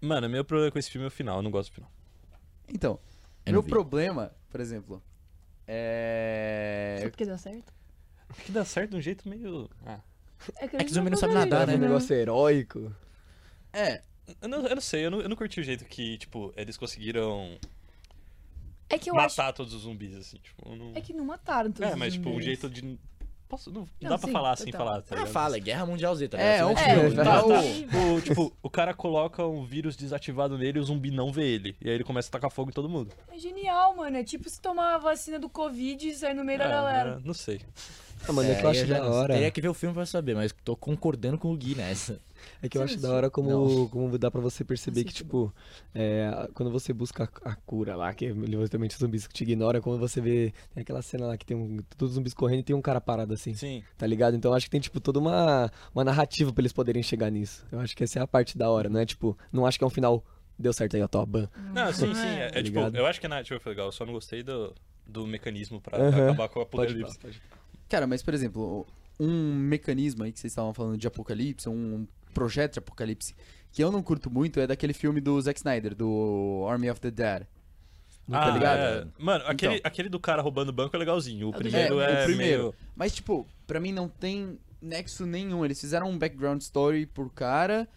Speaker 2: Mano, meu problema com esse filme é o final, eu não gosto do final.
Speaker 1: Então,
Speaker 3: Eu não
Speaker 1: meu
Speaker 3: vi.
Speaker 1: problema, por exemplo, é.
Speaker 3: é
Speaker 5: porque dá certo?
Speaker 2: Que dá certo de um jeito meio. Ah.
Speaker 3: É que o zumbi não sabe nadar, né?
Speaker 4: Era um negócio heróico.
Speaker 1: É,
Speaker 2: Eu não, eu não sei, eu não, eu não curti o jeito que, tipo, eles conseguiram
Speaker 5: É que eu acho.
Speaker 2: matar todos os zumbis, assim. Tipo, eu não...
Speaker 5: É que não mataram todos
Speaker 2: É, mas
Speaker 5: os
Speaker 2: tipo, um
Speaker 5: zumbis.
Speaker 2: jeito de. Posso, não,
Speaker 5: Não,
Speaker 2: dá pra
Speaker 5: sim,
Speaker 2: falar assim,
Speaker 5: total.
Speaker 2: falar. Tá
Speaker 3: Ah,
Speaker 2: ligado?
Speaker 3: fala, é Guerra Mundial Z, tá ligado?
Speaker 1: é,
Speaker 3: Você
Speaker 1: um
Speaker 3: vai-
Speaker 5: filme,
Speaker 1: filme.
Speaker 5: tá,
Speaker 1: tá,
Speaker 5: tá.
Speaker 1: o-
Speaker 2: O, tipo, o cara coloca um vírus desativado nele e o zumbi não vê ele. E aí ele começa a tacar fogo em todo mundo.
Speaker 5: É genial, mano. É tipo se tomar a vacina do Covid e sair no meio da
Speaker 2: Ah,
Speaker 5: galera.
Speaker 2: Não sei.
Speaker 4: Ah, mano, é que eu
Speaker 3: aí
Speaker 4: acho
Speaker 3: já
Speaker 4: da
Speaker 3: não-
Speaker 4: hora.
Speaker 3: Teria que ver o filme pra saber, mas tô concordando com o Gui nessa.
Speaker 4: É que eu
Speaker 5: Sim,
Speaker 4: acho da
Speaker 5: sim.
Speaker 4: hora como,
Speaker 3: Não. Assim
Speaker 4: como dá pra você perceber que,
Speaker 5: Assiste,
Speaker 4: tipo, é, a- quando você busca a, a cura lá, que é literalmente os zumbis que te ignoram, é quando você vê. Tem aquela cena lá que tem um, todos os zumbis correndo e tem um cara parado assim,
Speaker 2: Sim.
Speaker 4: tá ligado? Então eu acho que tem, tipo, toda uma, uma narrativa pra eles poderem chegar nisso. Eu acho que essa é a parte da hora, não é, tipo, não acho que é um final. Deu certo aí, ó, tô ban.
Speaker 2: Não, sim, sim. É,
Speaker 1: Tá
Speaker 2: é, tipo,
Speaker 4: Obrigado.
Speaker 2: eu acho que a narrativa foi legal. Eu só não gostei do, do mecanismo pra
Speaker 4: Aham.
Speaker 2: acabar com o
Speaker 4: Pode,
Speaker 2: apocalipse.
Speaker 4: pode.
Speaker 1: Cara, mas por exemplo, um mecanismo aí que vocês estavam falando de apocalipse, um projeto de apocalipse, que eu não curto muito, é daquele filme do Zack Snyder, do Army of the Dead.
Speaker 2: ah,
Speaker 1: tá ligado?
Speaker 2: é. Mano, aquele, aquele do cara roubando o banco é legalzinho. O
Speaker 5: do
Speaker 2: primeiro
Speaker 1: Jack.
Speaker 2: é,
Speaker 1: É, o primeiro.
Speaker 2: meio-
Speaker 1: Mas, tipo, pra mim não tem nexo nenhum. Eles fizeram um background story por cara.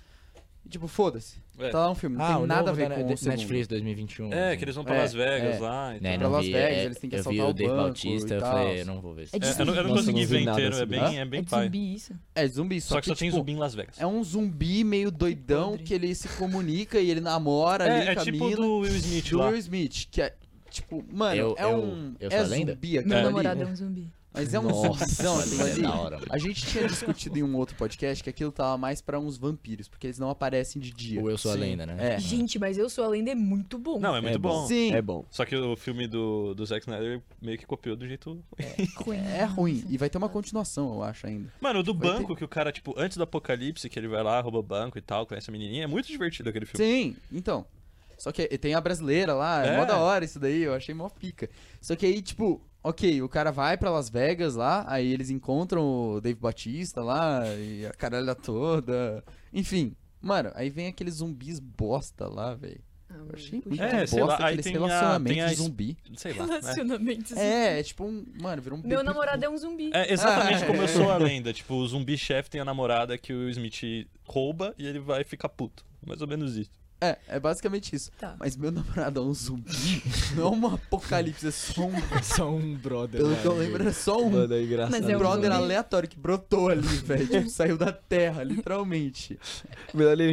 Speaker 1: E, tipo, foda-se.
Speaker 2: É.
Speaker 1: Tá lá um filme, não tem
Speaker 3: Ah, o
Speaker 1: nada a
Speaker 3: novo
Speaker 1: ver
Speaker 3: da
Speaker 1: com o
Speaker 3: Ne- Netflix
Speaker 1: segundo.
Speaker 3: 2021.
Speaker 2: É,
Speaker 3: assim.
Speaker 2: que eles vão pra
Speaker 1: É,
Speaker 2: Las Vegas
Speaker 1: é.
Speaker 2: lá. e
Speaker 3: Né,
Speaker 2: tal.
Speaker 1: pra
Speaker 3: não
Speaker 1: Las
Speaker 3: vi,
Speaker 1: Vegas,
Speaker 3: é,
Speaker 1: eles têm que
Speaker 3: eu vi
Speaker 1: assaltar
Speaker 3: o
Speaker 1: o
Speaker 3: Dave
Speaker 1: banco
Speaker 3: Bautista,
Speaker 1: e
Speaker 3: eu
Speaker 1: tal.
Speaker 3: falei, não vou ver isso.
Speaker 5: É de
Speaker 2: É, eu não, eu não
Speaker 4: Nossa,
Speaker 2: consegui
Speaker 4: eu não vi
Speaker 2: ver
Speaker 4: nada
Speaker 2: inteiro, é
Speaker 4: sobre
Speaker 2: bem, é bem
Speaker 5: É de
Speaker 2: pai.
Speaker 5: zumbi isso.
Speaker 1: É zumbi, só,
Speaker 2: Só que só tem
Speaker 1: tipo,
Speaker 2: zumbi em Las Vegas.
Speaker 1: É um zumbi meio doidão
Speaker 5: podre.
Speaker 1: que ele se comunica e ele namora ali,
Speaker 2: É, é
Speaker 1: caminha.
Speaker 2: tipo do Will Smith
Speaker 1: do
Speaker 2: lá.
Speaker 1: Will Smith, que é, tipo, mano,
Speaker 3: Eu-
Speaker 1: é
Speaker 3: eu-
Speaker 1: um...
Speaker 3: eu sou
Speaker 1: é
Speaker 3: a lenda?
Speaker 1: zumbi aquilo
Speaker 5: Meu
Speaker 1: ali.
Speaker 5: namorado é um zumbi.
Speaker 1: Mas é um
Speaker 4: Nossa,
Speaker 1: zumbizão aquilo
Speaker 3: olha,
Speaker 1: ali.
Speaker 3: é da hora.
Speaker 1: A gente tinha discutido em um outro podcast que aquilo tava mais pra uns vampiros, porque eles não aparecem de dia.
Speaker 3: Ou Eu Sou a
Speaker 1: Sim.
Speaker 3: Lenda, né?
Speaker 1: É.
Speaker 5: Gente, mas Eu Sou a Lenda é muito bom.
Speaker 2: Não, é muito
Speaker 4: É
Speaker 2: bom.
Speaker 1: Sim.
Speaker 4: É bom.
Speaker 2: Só que o filme do, do Zack Snyder meio que copiou do jeito.
Speaker 5: ruim.
Speaker 1: É ruim. E vai ter uma continuação, eu acho, ainda.
Speaker 2: Mano, o do
Speaker 1: Vai
Speaker 2: banco, que o cara, tipo, antes do apocalipse, que ele vai lá, rouba banco e tal, conhece a menininha, é muito divertido aquele filme.
Speaker 1: Sim, então. Só que tem a brasileira lá, é,
Speaker 2: É.
Speaker 1: mó da hora isso daí, eu achei mó pica. Só que aí, tipo, ok, o cara vai pra Las Vegas lá, aí eles encontram o Dave Batista lá, e a caralha toda. Enfim, mano, aí vem aqueles zumbis bosta lá, velho. Eu achei muito
Speaker 2: É, sei lá,
Speaker 1: bosta
Speaker 2: aí
Speaker 1: aqueles
Speaker 2: tem a-
Speaker 1: relacionamentos
Speaker 2: tem a
Speaker 1: de
Speaker 2: es-
Speaker 1: zumbi.
Speaker 2: Sei lá. Né?
Speaker 5: Relacionamentos.
Speaker 1: É, é tipo um. Mano, virou um.
Speaker 5: Meu
Speaker 1: bebê.
Speaker 5: namorado é um zumbi.
Speaker 2: É exatamente
Speaker 1: Ah,
Speaker 2: como
Speaker 1: é.
Speaker 2: eu sou a lenda. Tipo, o zumbi chefe tem a namorada que o Will Smith rouba e ele vai ficar puto. Mais ou menos isso.
Speaker 1: É, é basicamente isso.
Speaker 5: Tá.
Speaker 1: Mas meu namorado é um zumbi, não é um apocalipse, é só um.
Speaker 3: Só um brother.
Speaker 1: Pelo que eu lembro, é só um
Speaker 4: Mano, é engraçado.
Speaker 5: Mas
Speaker 1: Um
Speaker 5: é um
Speaker 1: brother
Speaker 5: zumbi.
Speaker 1: aleatório que brotou ali, velho. tipo, saiu da terra, literalmente.
Speaker 4: Melhor ele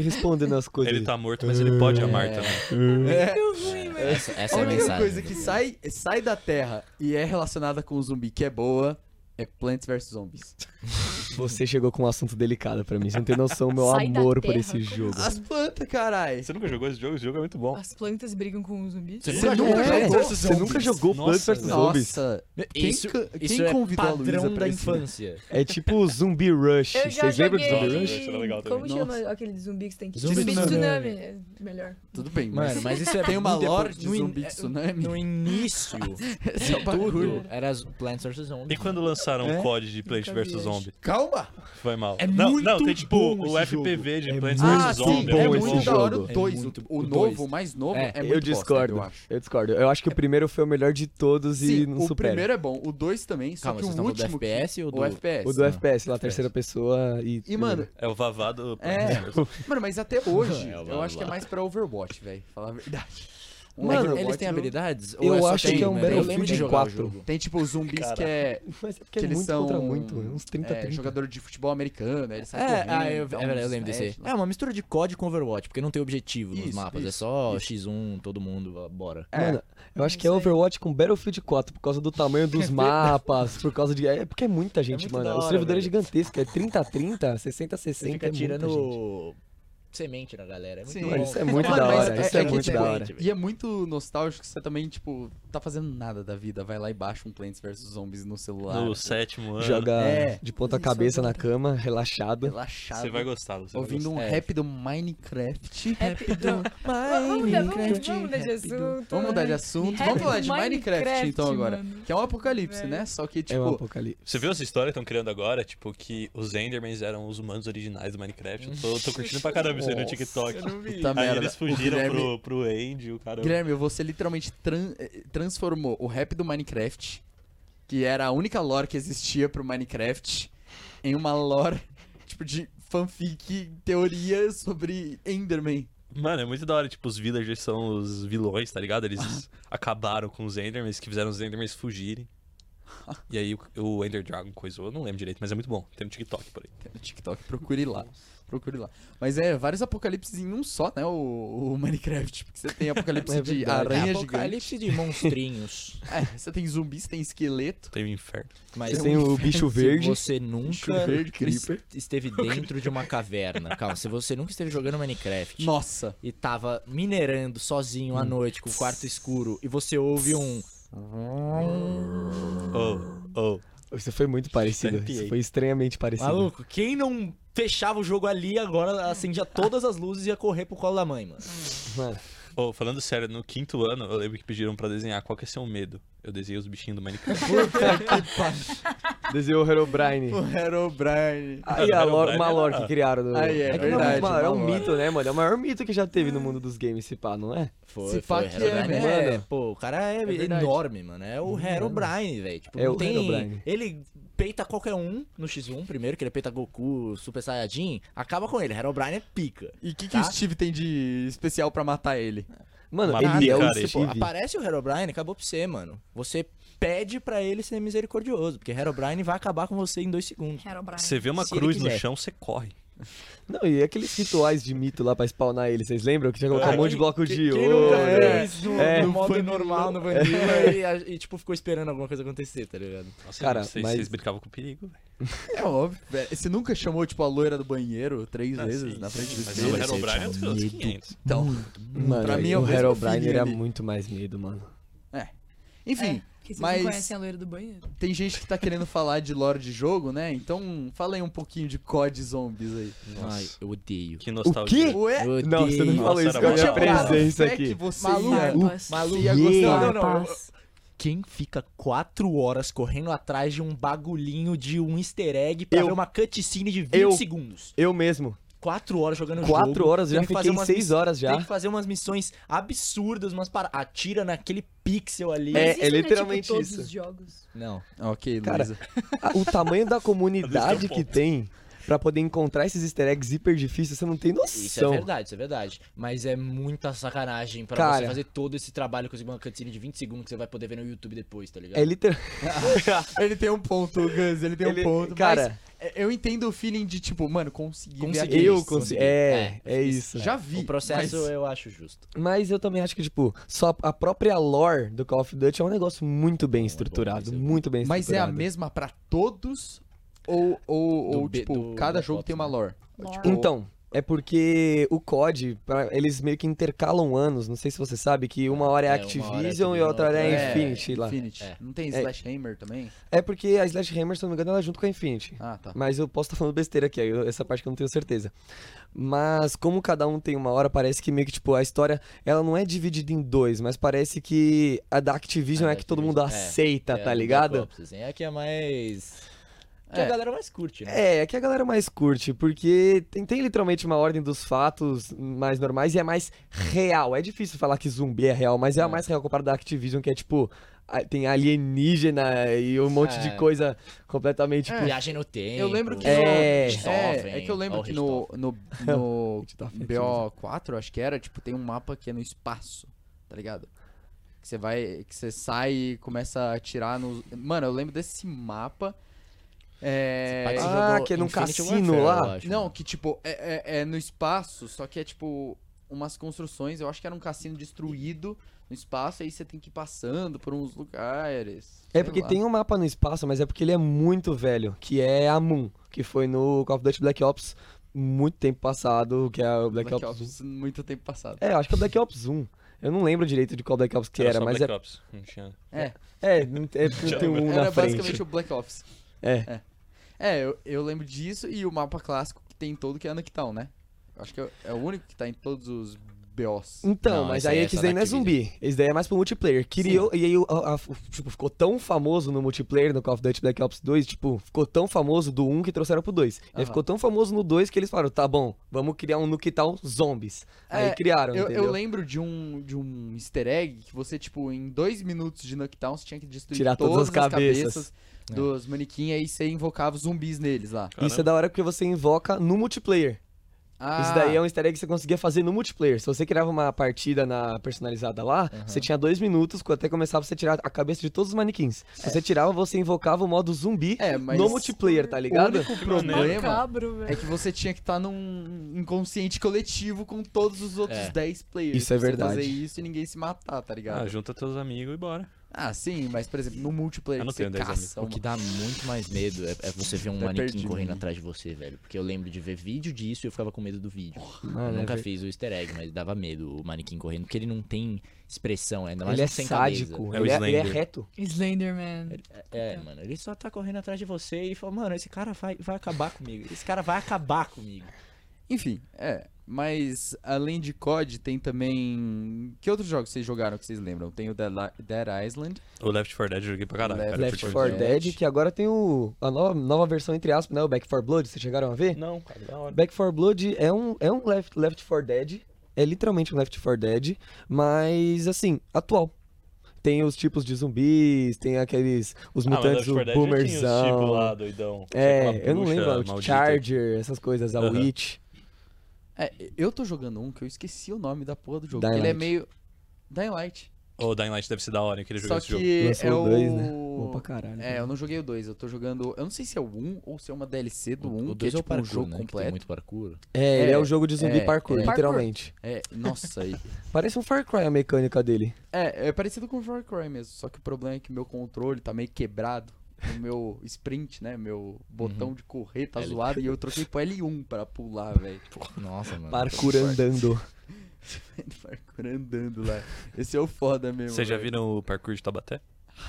Speaker 4: respondendo as coisas.
Speaker 2: Ele tá morto, mas ele pode amar também.
Speaker 1: É.
Speaker 5: ruim, mas...
Speaker 3: Essa,
Speaker 1: A
Speaker 3: essa é a
Speaker 1: única
Speaker 3: mensagem.
Speaker 1: coisa que sai, um sai da terra e é relacionada com o zumbi que é boa é Plants vs Zombies.
Speaker 4: Você chegou com um assunto delicado pra mim. Você não tem noção do meu
Speaker 5: Sai da
Speaker 4: amor por
Speaker 5: terra,
Speaker 4: esse
Speaker 5: como
Speaker 4: jogo.
Speaker 1: As plantas, carai.
Speaker 2: Você nunca jogou esse jogo? Esse jogo é muito bom.
Speaker 5: As plantas brigam com os zumbis.
Speaker 1: Você
Speaker 4: Você
Speaker 1: nunca
Speaker 4: é,
Speaker 1: jogou
Speaker 4: Você
Speaker 1: zombies?
Speaker 4: nunca jogou
Speaker 2: Nossa,
Speaker 4: Plants vs
Speaker 2: velho.
Speaker 4: Zombies?
Speaker 1: Nossa, quem,
Speaker 3: Isso,
Speaker 1: ca- quem
Speaker 3: isso
Speaker 1: convidou
Speaker 3: é
Speaker 1: a Luísa
Speaker 3: padrão
Speaker 1: pra
Speaker 3: da
Speaker 1: esse-
Speaker 3: infância.
Speaker 4: É tipo Zumbi Rush.
Speaker 5: Eu já
Speaker 4: Vocês lembram de Zumbi
Speaker 5: joguei...
Speaker 4: Rush?
Speaker 2: Rush? Isso era legal também.
Speaker 5: Como chama aquele zumbi que você tem que...
Speaker 3: Zumbi
Speaker 5: Zumbi, de
Speaker 4: tsunami.
Speaker 5: tsunami. É melhor.
Speaker 1: Tudo bem, mas...
Speaker 3: Mano, mas isso é
Speaker 1: Tem uma
Speaker 3: muito
Speaker 1: lore
Speaker 3: depois-
Speaker 1: de
Speaker 3: no in-
Speaker 1: zumbi
Speaker 3: é-
Speaker 1: tsunami?
Speaker 3: No início
Speaker 1: Esse é o
Speaker 3: de
Speaker 1: bagulho.
Speaker 3: tudo, era as Plants vs
Speaker 2: E
Speaker 3: Zombies.
Speaker 2: quando lançaram o COD de Plants
Speaker 5: Nunca vi,
Speaker 2: vs
Speaker 5: acho.
Speaker 2: Zombie?
Speaker 1: Calma!
Speaker 2: Foi mal.
Speaker 3: É
Speaker 2: não,
Speaker 3: muito
Speaker 2: não, tem tipo
Speaker 3: bom
Speaker 2: o
Speaker 3: esse
Speaker 2: FPV de
Speaker 4: jogo.
Speaker 2: Plants
Speaker 4: É
Speaker 2: vs
Speaker 4: muito
Speaker 2: Zombie.
Speaker 4: bom
Speaker 2: é
Speaker 1: é
Speaker 4: esse
Speaker 2: muito
Speaker 1: muito
Speaker 2: bom.
Speaker 1: da hora o
Speaker 3: jogo.
Speaker 1: 2.
Speaker 3: É muito-
Speaker 1: o
Speaker 3: o
Speaker 1: novo,
Speaker 3: dois.
Speaker 1: o mais novo, é,
Speaker 3: É,
Speaker 1: é muito
Speaker 4: eu
Speaker 1: bosta,
Speaker 4: discordo.
Speaker 1: eu acho.
Speaker 4: Eu discordo. Eu acho que o primeiro foi o melhor de todos e
Speaker 1: Sim,
Speaker 4: não
Speaker 1: o
Speaker 4: supera.
Speaker 1: primeiro é bom, o 2 também, só
Speaker 3: Calma,
Speaker 1: que o
Speaker 3: vocês estão falando do
Speaker 1: último...
Speaker 3: FPS ou do...
Speaker 1: O FPS.
Speaker 4: O do FPS, lá,
Speaker 3: FPS.
Speaker 4: terceira pessoa e.
Speaker 1: E, mano,
Speaker 2: É o vavado.
Speaker 1: É. Mano, mas até hoje,
Speaker 3: É, blá,
Speaker 1: eu
Speaker 3: blá,
Speaker 1: acho que é
Speaker 3: blá.
Speaker 1: mais pra Overwatch, velho. Falar a verdade. Um
Speaker 3: Mano,
Speaker 1: Overwatch
Speaker 3: eles têm
Speaker 1: não-
Speaker 3: habilidades?
Speaker 4: eu
Speaker 3: Ou é só
Speaker 4: acho que
Speaker 3: tem,
Speaker 4: é um
Speaker 1: né?
Speaker 3: mano? Eu lembro de
Speaker 4: Battlefield
Speaker 3: jogar o
Speaker 4: 4.
Speaker 3: jogo.
Speaker 1: Tem tipo os zumbis
Speaker 2: Cara.
Speaker 1: que é.
Speaker 4: Mas é porque
Speaker 1: Que
Speaker 4: é
Speaker 1: eles
Speaker 4: muito
Speaker 1: são.
Speaker 4: contra muito, uns 30,
Speaker 1: é,
Speaker 4: 30.
Speaker 1: jogador de futebol americano, aí ele sai
Speaker 3: É,
Speaker 1: correndo.
Speaker 3: ah, eu,
Speaker 1: dá
Speaker 3: é verdade, eu
Speaker 1: uns
Speaker 3: lembro desse. aí.
Speaker 1: smash lá.
Speaker 3: É uma mistura de COD com Overwatch, porque não tem objetivo nos
Speaker 1: Isso,
Speaker 3: mapas, é
Speaker 1: isso,
Speaker 3: só
Speaker 1: isso.
Speaker 3: X1, todo mundo, bora.
Speaker 1: É.
Speaker 4: Mano, eu acho
Speaker 5: É
Speaker 4: que é
Speaker 5: isso aí.
Speaker 4: Overwatch com Battlefield 4, por causa do tamanho dos mapas, por causa de. É porque é muita gente,
Speaker 3: muito
Speaker 4: mano.
Speaker 3: da
Speaker 4: o
Speaker 3: hora,
Speaker 4: servidor é
Speaker 3: velho.
Speaker 4: gigantesco, é 30 30, 60
Speaker 3: Você
Speaker 4: 60.
Speaker 3: fica
Speaker 4: é muita gente.
Speaker 3: tirando semente na galera. É muito
Speaker 1: Sim.
Speaker 3: bom.
Speaker 4: Mano, isso é muito
Speaker 1: Mano,
Speaker 4: da
Speaker 1: mas
Speaker 4: hora,
Speaker 1: é-
Speaker 4: isso
Speaker 1: é
Speaker 4: é,
Speaker 1: que
Speaker 4: muito
Speaker 1: tem-
Speaker 4: da hora.
Speaker 1: E é muito nostálgico, você também, tipo, tá fazendo nada da vida. Vai lá e baixa um Plants vs Zombies no celular.
Speaker 2: No
Speaker 1: pô,
Speaker 2: sétimo ano.
Speaker 4: Joga
Speaker 1: É.
Speaker 4: de ponta
Speaker 5: Mas isso
Speaker 4: cabeça
Speaker 5: é
Speaker 4: na
Speaker 5: muito-
Speaker 4: cama,
Speaker 1: um
Speaker 4: relaxado.
Speaker 1: Relaxado.
Speaker 2: Você vai gostar. É. Você vai
Speaker 1: Ouvindo um
Speaker 3: gostar.
Speaker 1: rap do Minecraft.
Speaker 5: Happy-
Speaker 1: então,
Speaker 5: não, É, Vamos mudar- vamos- vamos mudar de assunto.
Speaker 1: Vamos mudar de assunto. então, Vamos falar de Minecraft, então agora.
Speaker 5: mano.
Speaker 1: Que é um apocalipse,
Speaker 5: Velho.
Speaker 1: né? Só que,
Speaker 4: é um
Speaker 1: tipo,
Speaker 4: apocalipse.
Speaker 2: Você viu essa história que estão criando agora? Tipo, que os Endermans eram os humanos originais do Minecraft. Eu tô, tô curtindo pra caramba isso aí no
Speaker 3: Nossa,
Speaker 2: TikTok.
Speaker 1: puta
Speaker 2: Aí
Speaker 1: merda.
Speaker 2: eles
Speaker 1: O
Speaker 2: fugiram
Speaker 1: Guilherme-
Speaker 2: pro, pro Andy, o cara.
Speaker 1: Guilherme, você literalmente tran- eh, transformou o rap do Minecraft, que era a única lore que existia pro Minecraft, em uma lore, tipo, de fanfic, teoria sobre Enderman.
Speaker 2: Mano, é muito da hora. Tipo, os villagers são os vilões, tá ligado? Eles acabaram com os Endermans, que fizeram os Endermans fugirem. E aí o, o Ender Dragon coisou, eu não lembro direito, mas é muito bom. Tem no TikTok por aí.
Speaker 1: Tem no TikTok, procure lá. Procure lá. Mas é vários apocalipses em um só, né? O, o Minecraft. Porque você tem apocalipse
Speaker 4: É
Speaker 1: de
Speaker 4: verdade.
Speaker 1: aranha gigante.
Speaker 3: Apocalipse de monstrinhos.
Speaker 1: É, você tem zumbis, tem esqueleto.
Speaker 2: Tem o inferno.
Speaker 3: Mas
Speaker 4: Você tem o bicho verde.
Speaker 3: Se você nunca
Speaker 1: verde,
Speaker 3: es-
Speaker 1: creeper.
Speaker 3: esteve dentro de uma caverna, calma, se você nunca esteve jogando Minecraft
Speaker 1: Nossa.
Speaker 3: e tava minerando sozinho
Speaker 4: Hum.
Speaker 3: à noite com o quarto escuro e você ouve um
Speaker 2: Oh, oh.
Speaker 4: Isso foi muito parecido.
Speaker 2: Arrepiei.
Speaker 4: Isso foi estranhamente parecido.
Speaker 3: Maluco, quem não fechava o jogo ali,
Speaker 4: É.
Speaker 3: agora acendia todas as luzes e ia correr pro colo da mãe, mano.
Speaker 4: Mano,
Speaker 2: Oh, falando sério, no quinto ano, eu lembro que pediram pra desenhar qual que é seu medo. Eu desenhei os bichinhos do Minecraft.
Speaker 4: desenhou o Herobrine.
Speaker 1: O Herobrine.
Speaker 4: Aí a
Speaker 2: Cara,
Speaker 4: lore,
Speaker 2: o
Speaker 4: uma
Speaker 2: Brian
Speaker 4: lore
Speaker 2: era-
Speaker 4: que criaram. Do...
Speaker 1: Aí, é
Speaker 4: que
Speaker 1: verdade,
Speaker 4: É, uma- é um
Speaker 1: uma lore.
Speaker 4: mito, né, mano? É o maior mito que já teve no mundo dos games, se pá, não é?
Speaker 3: Foi,
Speaker 1: Se pá que é,
Speaker 3: Herobrine
Speaker 1: né?
Speaker 3: é,
Speaker 4: Mano.
Speaker 3: pô, o cara é,
Speaker 1: verdade.
Speaker 3: enorme, mano. É o Herobrine, velho. Tipo,
Speaker 4: Uhum. É
Speaker 3: não
Speaker 4: o
Speaker 3: tem...
Speaker 4: Herobrine.
Speaker 3: Ele peita qualquer um no X1 primeiro, que ele peita Goku, Super Saiyajin, acaba com ele. Herobrine é pica.
Speaker 1: E o que, que
Speaker 3: Tá.
Speaker 1: o Steve tem de especial pra matar ele?
Speaker 4: Mano,
Speaker 2: Uma
Speaker 4: ele é o
Speaker 2: picareta.
Speaker 3: Pô,
Speaker 4: Steve.
Speaker 3: aparece o Herobrine, acabou pra você, mano. Você pede pra ele ser misericordioso, porque Herobrine vai acabar com você em dois segundos.
Speaker 5: Herobrine.
Speaker 2: Você vê uma
Speaker 3: Se ele
Speaker 2: cruz no
Speaker 3: quiser.
Speaker 2: chão, você corre.
Speaker 4: Não, e aqueles rituais de mito lá pra spawnar ele, vocês lembram? Que tinha que colocar um monte de bloco de
Speaker 3: Quem nunca
Speaker 4: ouro.
Speaker 3: fez no,
Speaker 4: É,
Speaker 3: no modo
Speaker 1: Vanilla.
Speaker 3: normal, no Vanilla, e a- e, tipo, ficou esperando alguma coisa acontecer, tá ligado?
Speaker 2: Nossa,
Speaker 4: Cara,
Speaker 2: vocês,
Speaker 4: mas-
Speaker 2: vocês brincavam com o perigo, velho.
Speaker 1: É óbvio, velho. Você nunca chamou, tipo, a loira do banheiro três vezes na frente do
Speaker 2: Ah, Mas o
Speaker 1: espelho?
Speaker 2: Herobrine é dos meus 500.
Speaker 1: Então,
Speaker 4: Mano,
Speaker 1: pra mim é o
Speaker 4: o
Speaker 1: mesmo
Speaker 4: Herobrine
Speaker 1: feeling
Speaker 4: era
Speaker 1: ali.
Speaker 4: muito mais medo, mano.
Speaker 1: enfim,
Speaker 5: Porque vocês
Speaker 1: mas-
Speaker 5: não conhecem a loira do banheiro.
Speaker 1: tem gente que tá querendo falar de lore de jogo, né? Então, fala aí um pouquinho de COD zombies aí.
Speaker 3: Ai, eu odeio.
Speaker 2: Que nostalgia.
Speaker 1: Ué?
Speaker 3: Eu
Speaker 4: É. Não, você não
Speaker 3: odeio.
Speaker 4: falou
Speaker 2: Nossa,
Speaker 4: isso
Speaker 2: era
Speaker 4: com a
Speaker 2: muito
Speaker 4: minha
Speaker 2: da hora.
Speaker 4: presença
Speaker 1: Fé é que
Speaker 4: aqui.
Speaker 1: você
Speaker 3: Maluco.
Speaker 1: ia-
Speaker 5: Farpas.
Speaker 1: você
Speaker 3: Maluco.
Speaker 1: ia
Speaker 4: Yeah.
Speaker 1: gostar.
Speaker 3: Não, não, eu- Quem fica quatro horas correndo atrás de um bagulhinho de um easter egg pra
Speaker 4: Eu.
Speaker 3: ver uma cutscene de 20
Speaker 4: Eu.
Speaker 3: segundos?
Speaker 4: Eu mesmo.
Speaker 3: Quatro horas jogando o jogo.
Speaker 4: Quatro horas, eu
Speaker 3: tem
Speaker 4: já
Speaker 3: que fazer
Speaker 4: fiquei
Speaker 3: umas
Speaker 4: seis horas já.
Speaker 3: Tem que fazer umas missões absurdas, umas para Atira naquele pixel ali.
Speaker 4: É,
Speaker 5: Mas isso
Speaker 4: é
Speaker 5: não
Speaker 4: literalmente
Speaker 5: tipo, todos
Speaker 4: isso.
Speaker 5: Os jogos.
Speaker 3: Não.
Speaker 1: Ok,
Speaker 4: Cara,
Speaker 1: Luísa.
Speaker 4: Ah, O tamanho da
Speaker 2: Às vezes
Speaker 4: comunidade
Speaker 2: tem um
Speaker 4: que
Speaker 2: ponto.
Speaker 4: tem pra poder encontrar esses easter eggs hiper difíceis, você não tem noção.
Speaker 3: Isso é verdade, isso é verdade. Mas é muita sacanagem pra
Speaker 4: Cara.
Speaker 3: você fazer todo esse trabalho conseguir uma cutscene de 20 segundos que você vai poder ver no YouTube depois, tá ligado?
Speaker 4: É literal.
Speaker 1: Ele tem um ponto, Gans, ele tem
Speaker 4: Ele-
Speaker 1: um ponto.
Speaker 4: cara-
Speaker 1: mas eu entendo o feeling de, tipo, mano, consegui. ver
Speaker 3: Consegui.
Speaker 1: aquilo.
Speaker 4: Eu consigo. É, é isso.
Speaker 1: Já vi.
Speaker 3: O processo
Speaker 4: é
Speaker 1: mas-
Speaker 3: eu acho justo.
Speaker 4: Mas eu também acho que, tipo, só a própria lore do Call of Duty é um negócio muito bem
Speaker 3: bom,
Speaker 4: estruturado.
Speaker 3: isso é bom.
Speaker 4: muito bem
Speaker 1: Mas é a
Speaker 4: estruturado.
Speaker 1: mesma pra todos ou, ou,
Speaker 3: Do
Speaker 1: ou,
Speaker 3: B-
Speaker 1: tipo,
Speaker 3: do-
Speaker 1: cada
Speaker 3: da
Speaker 1: jogo
Speaker 3: Fox,
Speaker 1: tem uma
Speaker 3: né?
Speaker 1: lore?
Speaker 5: Lore.
Speaker 4: Então, é porque o COD, pra- eles meio que intercalam anos, não sei se você sabe, que uma hora é,
Speaker 3: É, uma hora é
Speaker 4: Activision e
Speaker 3: Activision,
Speaker 4: outra hora é,
Speaker 3: outra é
Speaker 4: Infinity lá.
Speaker 1: Infinity.
Speaker 3: É.
Speaker 1: Não tem
Speaker 4: É.
Speaker 1: Slash Hammer também?
Speaker 4: É porque a Sledgehammer, se eu não me engano, ela é junto com a Infinity.
Speaker 1: Ah, tá.
Speaker 4: Mas eu posso estar falando besteira aqui, aí eu- essa parte que eu não tenho certeza. Mas como cada um tem uma hora, parece que meio que, tipo, a história, ela não é dividida em dois, mas parece que a da Activision
Speaker 3: A
Speaker 4: é,
Speaker 3: da
Speaker 4: que todo mundo
Speaker 3: Activision, é.
Speaker 4: aceita,
Speaker 3: É,
Speaker 4: tá
Speaker 3: Black
Speaker 4: ligado?
Speaker 3: Ops, assim, É a que é mais. Que a
Speaker 1: É.
Speaker 3: galera mais curte, né?
Speaker 4: É, é que a galera mais curte, porque tem, tem literalmente uma ordem dos fatos mais normais e é mais real. É difícil falar que zumbi é real, mas é, a mais real comparada da Activision, que é tipo, a- tem alienígena e um monte de
Speaker 3: É.
Speaker 4: coisa completamente.
Speaker 1: É.
Speaker 3: Viagem no tempo.
Speaker 1: Eu lembro que
Speaker 4: É.
Speaker 1: no... É, é que eu lembro que no, no, no
Speaker 4: Richthofen.
Speaker 1: BO4, acho que era, tipo, tem um mapa que é no espaço, tá ligado? Que você vai, que você sai e começa a atirar nos... Mano, eu lembro desse mapa. É...
Speaker 4: Esse Ah, que é num cassino lá.
Speaker 1: Não, que tipo, é, é- é no espaço, só que é tipo umas construções, eu acho que era um cassino destruído no espaço, aí você tem que ir passando por uns lugares.
Speaker 4: É
Speaker 1: sei
Speaker 4: porque
Speaker 1: lá.
Speaker 4: tem um mapa no espaço, mas é porque ele é muito velho, que é a Moon, que foi no Call of Duty Black Ops muito tempo passado, que é o Black,
Speaker 1: Black
Speaker 4: Ops.
Speaker 1: Ops muito tempo passado.
Speaker 4: É, eu acho que é o Black Ops 1. Eu não lembro direito de qual Black Ops que era,
Speaker 2: só
Speaker 4: mas
Speaker 2: Black Ops, não tinha.
Speaker 4: é. É, não tem- é, não tem um
Speaker 1: Era
Speaker 4: na
Speaker 1: basicamente
Speaker 4: frente.
Speaker 1: o Black Ops.
Speaker 4: É.
Speaker 1: É, É, eu, eu lembro disso e o mapa clássico que tem em todo que é Anactown, né? Eu Acho que é, é o único que tá em todos os BOs.
Speaker 4: Então,
Speaker 3: Não,
Speaker 4: mas
Speaker 3: essa
Speaker 4: aí
Speaker 3: é
Speaker 4: é
Speaker 3: essa
Speaker 4: que isso daí
Speaker 3: da
Speaker 4: não é
Speaker 3: Activision.
Speaker 4: zumbi. Esse daí é mais pro multiplayer. Criou, e aí o- a- a- o- tipo, ficou tão famoso no multiplayer no Call of Duty Black Ops 2, tipo, ficou tão famoso do 1 que trouxeram pro 2. E aí
Speaker 1: Aham.
Speaker 4: ficou tão famoso no 2 que eles falaram, tá bom, vamos criar um no que tal zombies. aí
Speaker 1: É,
Speaker 4: criaram,
Speaker 1: Eu,
Speaker 4: entendeu?
Speaker 1: eu lembro de um, de um easter egg que você, tipo, em dois minutos de Knockdown, você tinha que destruir
Speaker 4: Tirar todas as cabeças.
Speaker 3: É.
Speaker 1: dos manequins e aí você invocava os zumbis neles lá.
Speaker 4: Isso é da hora porque você invoca no multiplayer.
Speaker 1: Ah,
Speaker 4: Isso daí é um easter egg que você conseguia fazer no multiplayer. Se você criava uma partida na personalizada lá, você tinha dois minutos até começava você tirar a cabeça de todos os manequins. Se você tirava, você invocava o modo zumbi
Speaker 1: É, mas
Speaker 4: no multiplayer, tá
Speaker 1: o
Speaker 4: ligado?
Speaker 1: único
Speaker 2: maneiro.
Speaker 1: problema
Speaker 5: é Macabro, velho.
Speaker 1: é que você tinha que estar num inconsciente coletivo com todos os outros
Speaker 3: É.
Speaker 1: 10 players.
Speaker 4: Isso é
Speaker 1: pra você
Speaker 4: verdade.
Speaker 1: Fazer isso e ninguém se matar, tá
Speaker 2: Ah,
Speaker 1: ligado?
Speaker 2: junta teus amigos e bora.
Speaker 1: Ah, sim, mas por exemplo, no multiplayer
Speaker 2: Eu não
Speaker 1: que você
Speaker 2: tenho 10
Speaker 1: caça
Speaker 3: O
Speaker 1: uma...
Speaker 3: que dá muito mais medo é, é você ver um
Speaker 1: Até
Speaker 3: manequim
Speaker 1: perdi,
Speaker 3: correndo
Speaker 1: né?
Speaker 3: atrás de você, velho. Porque eu lembro de ver vídeo disso e eu ficava com medo do vídeo. Eu
Speaker 4: Mano, é
Speaker 3: nunca
Speaker 4: ver-
Speaker 3: fiz o easter egg, mas dava medo o manequim correndo, porque ele não tem expressão, ainda mais
Speaker 4: Ele é
Speaker 3: sem
Speaker 4: sádico,
Speaker 3: camisa.
Speaker 2: É o
Speaker 4: ele, é, ele é
Speaker 2: Slender.
Speaker 4: reto.
Speaker 5: Slenderman.
Speaker 3: É,
Speaker 1: Então.
Speaker 3: mano, ele só tá correndo atrás de você e fala, mano, esse cara vai, vai acabar comigo. Esse cara vai acabar comigo.
Speaker 1: Enfim, é. Mas além de COD, tem também. Que outros jogos vocês jogaram que vocês lembram? Tem o Dead Li- Dead Island.
Speaker 2: O Left 4 Dead eu joguei pra caralho.
Speaker 1: Left
Speaker 2: cara,
Speaker 4: Left
Speaker 2: foi
Speaker 4: 4
Speaker 2: divertido.
Speaker 1: Dead.
Speaker 4: Dead, que agora tem o, a nova, nova versão, entre aspas, né? O Back 4 Blood, vocês chegaram a ver?
Speaker 2: Não, cara, da hora.
Speaker 4: Back 4 Blood é um, é um Left, Left 4 Dead, é literalmente um Left 4 Dead, mas assim, atual. Tem os tipos de zumbis, tem aqueles, os
Speaker 2: Ah, mas
Speaker 4: mutantes,
Speaker 2: Left 4
Speaker 4: o
Speaker 2: Dead já tinha os tipo lá,
Speaker 4: boomerzão.
Speaker 2: doidão. Tinha
Speaker 4: É,
Speaker 2: aquela
Speaker 4: eu não
Speaker 2: bruxa
Speaker 4: lembro, o
Speaker 2: maldita.
Speaker 4: Charger, essas coisas, a
Speaker 2: Aham.
Speaker 4: Witch.
Speaker 1: É, eu tô jogando um que eu esqueci o nome da porra do jogo.
Speaker 4: Dying
Speaker 1: Ele é
Speaker 4: Light.
Speaker 1: meio. Dying Light.
Speaker 2: Ô, Dying Light deve ser da hora, hein, que ele jogou
Speaker 1: Só
Speaker 2: esse jogo.
Speaker 1: que
Speaker 4: Lançou
Speaker 1: é
Speaker 4: o
Speaker 1: o.
Speaker 4: dois, né? Bom pra caralho.
Speaker 1: É, eu não joguei o 2, eu tô jogando. Eu não sei se é o 1 ou se é uma DLC do 1, que é
Speaker 3: dois
Speaker 1: tipo um
Speaker 3: parkour,
Speaker 1: jogo
Speaker 3: né, que tem
Speaker 1: completo.
Speaker 3: muito parkour.
Speaker 4: É, ele é
Speaker 1: É,
Speaker 4: um jogo de zumbi
Speaker 1: é,
Speaker 4: parkour,
Speaker 1: é.
Speaker 4: literalmente.
Speaker 1: É, nossa, e-
Speaker 4: Parece um Far Cry a mecânica dele.
Speaker 1: é, é parecido com o Far Cry mesmo, só que o problema é que meu controle tá meio quebrado. O meu sprint, né? Meu botão de correr tá
Speaker 3: L.
Speaker 1: zoado e eu troquei pro L1 pra pular, velho.
Speaker 3: Nossa, mano.
Speaker 4: Parkour andando.
Speaker 1: Parkour andando lá. Esse é o foda mesmo.
Speaker 2: Vocês já
Speaker 1: velho.
Speaker 2: viram o parkour de Tabaté?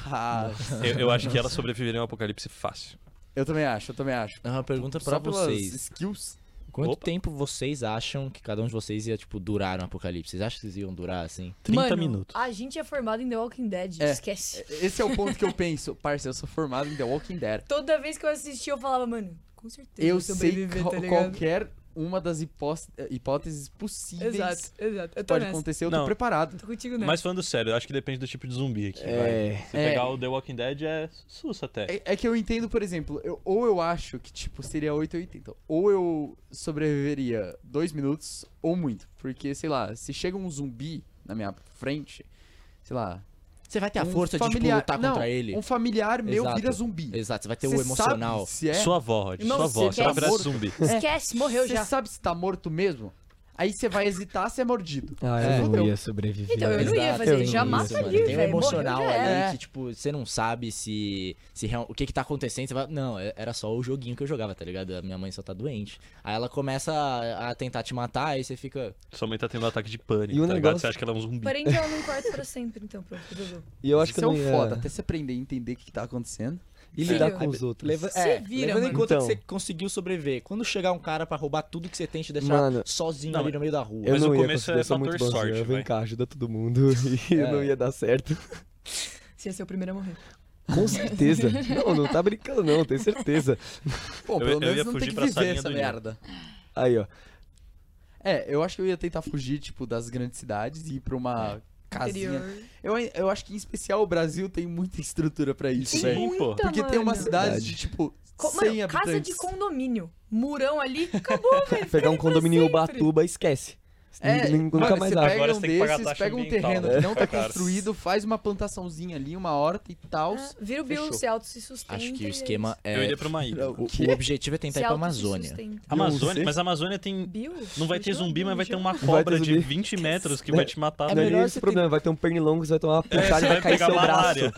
Speaker 1: Ah,
Speaker 2: Eu, eu acho que ela sobreviveria a um apocalipse fácil.
Speaker 1: eu também acho, eu também acho.
Speaker 3: É uma pergunta pra
Speaker 1: Só pelas
Speaker 3: vocês.
Speaker 1: skills.
Speaker 3: Quanto
Speaker 2: Opa.
Speaker 3: tempo vocês acham que cada um de vocês ia, tipo, durar no apocalipse? Vocês acham que vocês iam durar, assim?
Speaker 2: 30
Speaker 5: Mano,
Speaker 2: minutos.
Speaker 5: A gente é formado em The Walking Dead,
Speaker 1: É.
Speaker 5: esquece.
Speaker 1: Esse é o ponto que eu penso. Parça, eu sou formado em The Walking Dead.
Speaker 5: Toda vez que eu assisti, eu falava, mano, com certeza
Speaker 1: Eu sei
Speaker 5: sobreviver,
Speaker 1: qual-
Speaker 5: tá ligado?
Speaker 1: qualquer uma das hipós- hipóteses possíveis
Speaker 5: Exato, exato. Eu tô
Speaker 1: é pode
Speaker 5: nessa.
Speaker 1: acontecer, eu tô
Speaker 2: Não.
Speaker 1: preparado.
Speaker 5: Tô contigo nessa.
Speaker 2: Mas falando sério, eu acho que depende do tipo de zumbi aqui.
Speaker 4: É.
Speaker 2: vai. Se
Speaker 1: É.
Speaker 2: pegar o The Walking Dead é sussa até.
Speaker 1: É, é que eu entendo, por exemplo, eu- ou eu acho que, tipo, seria 880, ou eu sobreviveria dois minutos, ou muito. Porque, sei lá, se chega um zumbi na minha frente, sei lá.
Speaker 3: Você vai ter a
Speaker 1: um
Speaker 3: força de, tipo,
Speaker 1: familiar-
Speaker 3: lutar
Speaker 1: não,
Speaker 3: contra ele?
Speaker 1: Um familiar meu
Speaker 3: Exato.
Speaker 1: vira zumbi.
Speaker 3: Exato, você vai ter o
Speaker 1: Cê
Speaker 3: emocional.
Speaker 1: Sabe se é.
Speaker 2: Sua avó, Rod,
Speaker 5: Não,
Speaker 2: sua avó.
Speaker 5: você
Speaker 2: Você vai
Speaker 5: quer
Speaker 2: virar
Speaker 1: morto.
Speaker 2: zumbi.
Speaker 5: Esquece, morreu
Speaker 1: Cê
Speaker 5: já.
Speaker 1: sabe se tá morto mesmo? Aí você vai hesitar a ser mordido.
Speaker 4: Ah,
Speaker 1: Você
Speaker 4: eu
Speaker 1: fudeu.
Speaker 4: não ia sobreviver.
Speaker 5: Então, eu não ia
Speaker 3: Exato,
Speaker 5: fazer,
Speaker 4: eu não
Speaker 5: já
Speaker 4: ia,
Speaker 5: mata
Speaker 4: mano.
Speaker 5: ali, velho.
Speaker 3: Tem um
Speaker 5: morreu,
Speaker 3: emocional
Speaker 5: já era.
Speaker 3: ali
Speaker 1: era.
Speaker 3: que, tipo, você não sabe se, se real- o que que tá acontecendo. Você vai, não, é- era só o joguinho que eu jogava, tá ligado? A minha mãe só tá doente. Aí ela começa a, a tentar te matar, aí você fica.
Speaker 2: Sua mãe tá tendo um ataque de pânico,
Speaker 4: E o
Speaker 2: tá ligado?
Speaker 4: negócio-
Speaker 2: Você acha que ela é um zumbi.
Speaker 5: Porém, então eu não corto pra sempre, então, pronto, resolveu.
Speaker 4: E eu acho que
Speaker 1: Isso
Speaker 4: eu
Speaker 1: é
Speaker 4: não
Speaker 1: um
Speaker 4: ia...
Speaker 1: foda, até você aprender e entender o que que tá acontecendo.
Speaker 4: E lidar
Speaker 5: Filho,
Speaker 4: com os outros.
Speaker 3: Leva-
Speaker 5: Se
Speaker 3: é,
Speaker 5: vira,
Speaker 3: levando em
Speaker 5: mano.
Speaker 3: conta
Speaker 4: Então.
Speaker 3: que você conseguiu sobreviver. Quando chegar um cara pra roubar tudo que você tem e te deixar
Speaker 4: Mano,
Speaker 3: sozinho
Speaker 2: não,
Speaker 3: ali no meio da rua.
Speaker 4: Eu
Speaker 2: Mas
Speaker 4: não
Speaker 2: o
Speaker 4: ia
Speaker 2: começo
Speaker 4: conseguir,
Speaker 2: é
Speaker 4: eu sou
Speaker 2: fator
Speaker 4: muito bonzinho.
Speaker 2: sorte,
Speaker 4: Eu
Speaker 2: vai.
Speaker 4: vem cá, ajuda todo mundo e
Speaker 3: É.
Speaker 4: não ia dar certo.
Speaker 5: Se ia ser o primeiro a morrer.
Speaker 4: Com certeza. não, não tá brincando não, tenho certeza.
Speaker 1: Pô,
Speaker 2: Eu-
Speaker 1: pelo
Speaker 2: eu
Speaker 1: menos
Speaker 2: ia
Speaker 1: não
Speaker 2: fugir
Speaker 1: tem que
Speaker 2: pra
Speaker 1: viver
Speaker 2: salinha
Speaker 1: essa
Speaker 2: do Nil.
Speaker 1: merda.
Speaker 4: Aí, ó.
Speaker 1: É, eu acho que eu ia tentar fugir, tipo, das grandes cidades e ir pra uma casinha.
Speaker 5: Interior.
Speaker 1: Eu, ai- eu acho que, em especial, o Brasil tem muita estrutura pra isso,
Speaker 5: Tem
Speaker 1: velho.
Speaker 2: Sim, pô.
Speaker 5: muita,
Speaker 1: Porque tem uma
Speaker 5: mano.
Speaker 1: cidade de, tipo,
Speaker 5: Co-
Speaker 1: 100
Speaker 5: mano,
Speaker 1: habitantes.
Speaker 5: casa de condomínio. Murão ali, acabou, velho. fica
Speaker 4: Pegar um
Speaker 5: ali pra
Speaker 4: condomínio em
Speaker 5: sempre.
Speaker 4: Ubatuba, esquece.
Speaker 1: É,
Speaker 4: Nin- nunca
Speaker 1: mano,
Speaker 4: mais
Speaker 1: você
Speaker 4: acha.
Speaker 1: pega
Speaker 2: Agora
Speaker 1: um
Speaker 2: você tem que pagar
Speaker 1: desses,
Speaker 2: taxa
Speaker 1: pega um
Speaker 2: ambiental,
Speaker 1: terreno
Speaker 2: né?
Speaker 1: que não tá
Speaker 2: Cara.
Speaker 1: construído, faz uma plantaçãozinha ali, uma horta e tal.
Speaker 5: Ah, vira o Bill,
Speaker 1: Fechou.
Speaker 5: se auto se sustenta.
Speaker 3: Acho que
Speaker 5: e
Speaker 3: o
Speaker 5: é
Speaker 3: esquema é.
Speaker 2: Eu iria pra uma ilha.
Speaker 1: O
Speaker 3: O,
Speaker 1: quê?
Speaker 3: o objetivo é
Speaker 5: isso.
Speaker 3: tentar
Speaker 5: Se
Speaker 3: ir pra
Speaker 5: auto-se
Speaker 3: Amazônia.
Speaker 5: sustenta.
Speaker 2: Amazônia, mas a Amazônia tem.
Speaker 5: Bill,
Speaker 2: Não vai ter
Speaker 5: fechou?
Speaker 2: zumbi, mas vai ter Né? uma
Speaker 5: Fechou?
Speaker 2: cobra de
Speaker 4: zumbi.
Speaker 2: 20 metros que vai te matar.
Speaker 3: É
Speaker 4: não é
Speaker 2: velho.
Speaker 3: melhor
Speaker 4: nem esse
Speaker 3: você
Speaker 4: problema, vai ter um pernilongo, você vai tomar uma puxada
Speaker 2: você
Speaker 4: e vai
Speaker 2: vai
Speaker 4: cair
Speaker 2: pegar
Speaker 4: seu
Speaker 2: malária.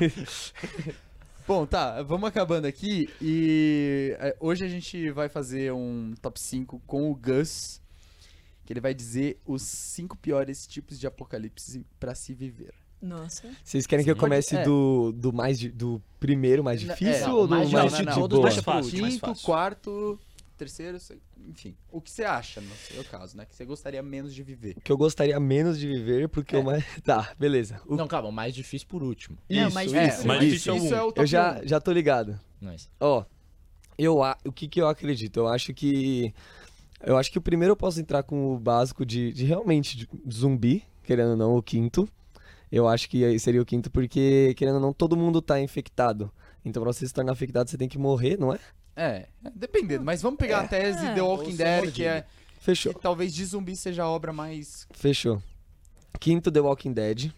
Speaker 4: braço.
Speaker 1: Bom, tá, vamos acabando aqui. E é, hoje a gente vai fazer um top 5 com o Gus, que ele vai dizer os 5 piores tipos de apocalipse pra se viver.
Speaker 5: Nossa.
Speaker 4: Vocês querem que eu
Speaker 1: Pode-
Speaker 4: comece
Speaker 1: é.
Speaker 4: do, do mais di- do primeiro mais É difícil ou do
Speaker 1: mais
Speaker 4: mais,
Speaker 1: não,
Speaker 4: de,
Speaker 1: não, não,
Speaker 4: de
Speaker 1: todos
Speaker 4: boa?
Speaker 2: mais fácil,
Speaker 1: Quinto,
Speaker 2: mais fácil.
Speaker 1: quarto, terceiro, se- enfim. O que você acha, no seu caso, né? Que você gostaria menos de viver.
Speaker 4: Que eu gostaria menos de viver, porque eu mais. Tá, beleza. O-
Speaker 3: Não, calma, o mais difícil por último.
Speaker 5: Não,
Speaker 4: Isso,
Speaker 5: mas
Speaker 4: isso,
Speaker 5: difícil.
Speaker 2: Mas
Speaker 4: isso.
Speaker 2: difícil é o
Speaker 1: isso
Speaker 2: um.
Speaker 1: é o top
Speaker 4: Eu já,
Speaker 1: um.
Speaker 4: já tô ligado.
Speaker 3: Mas,
Speaker 4: Ó, eu a- o que que eu acredito? Eu acho que eu acho que o primeiro eu posso entrar com o básico de, de realmente de zumbi, querendo ou não, o quinto. Eu acho que aí seria o quinto porque querendo ou não todo mundo tá infectado. Então pra você se tornar infectado você tem que morrer, não é?
Speaker 1: É, dependendo. Mas vamos pegar a tese
Speaker 5: É.
Speaker 1: The
Speaker 3: Ou
Speaker 1: Walking
Speaker 3: ser
Speaker 1: Dead,
Speaker 3: mordido.
Speaker 1: que é que
Speaker 4: Fechou.
Speaker 1: talvez de zumbi seja a obra mais.
Speaker 4: Fechou. Quinto The Walking Dead.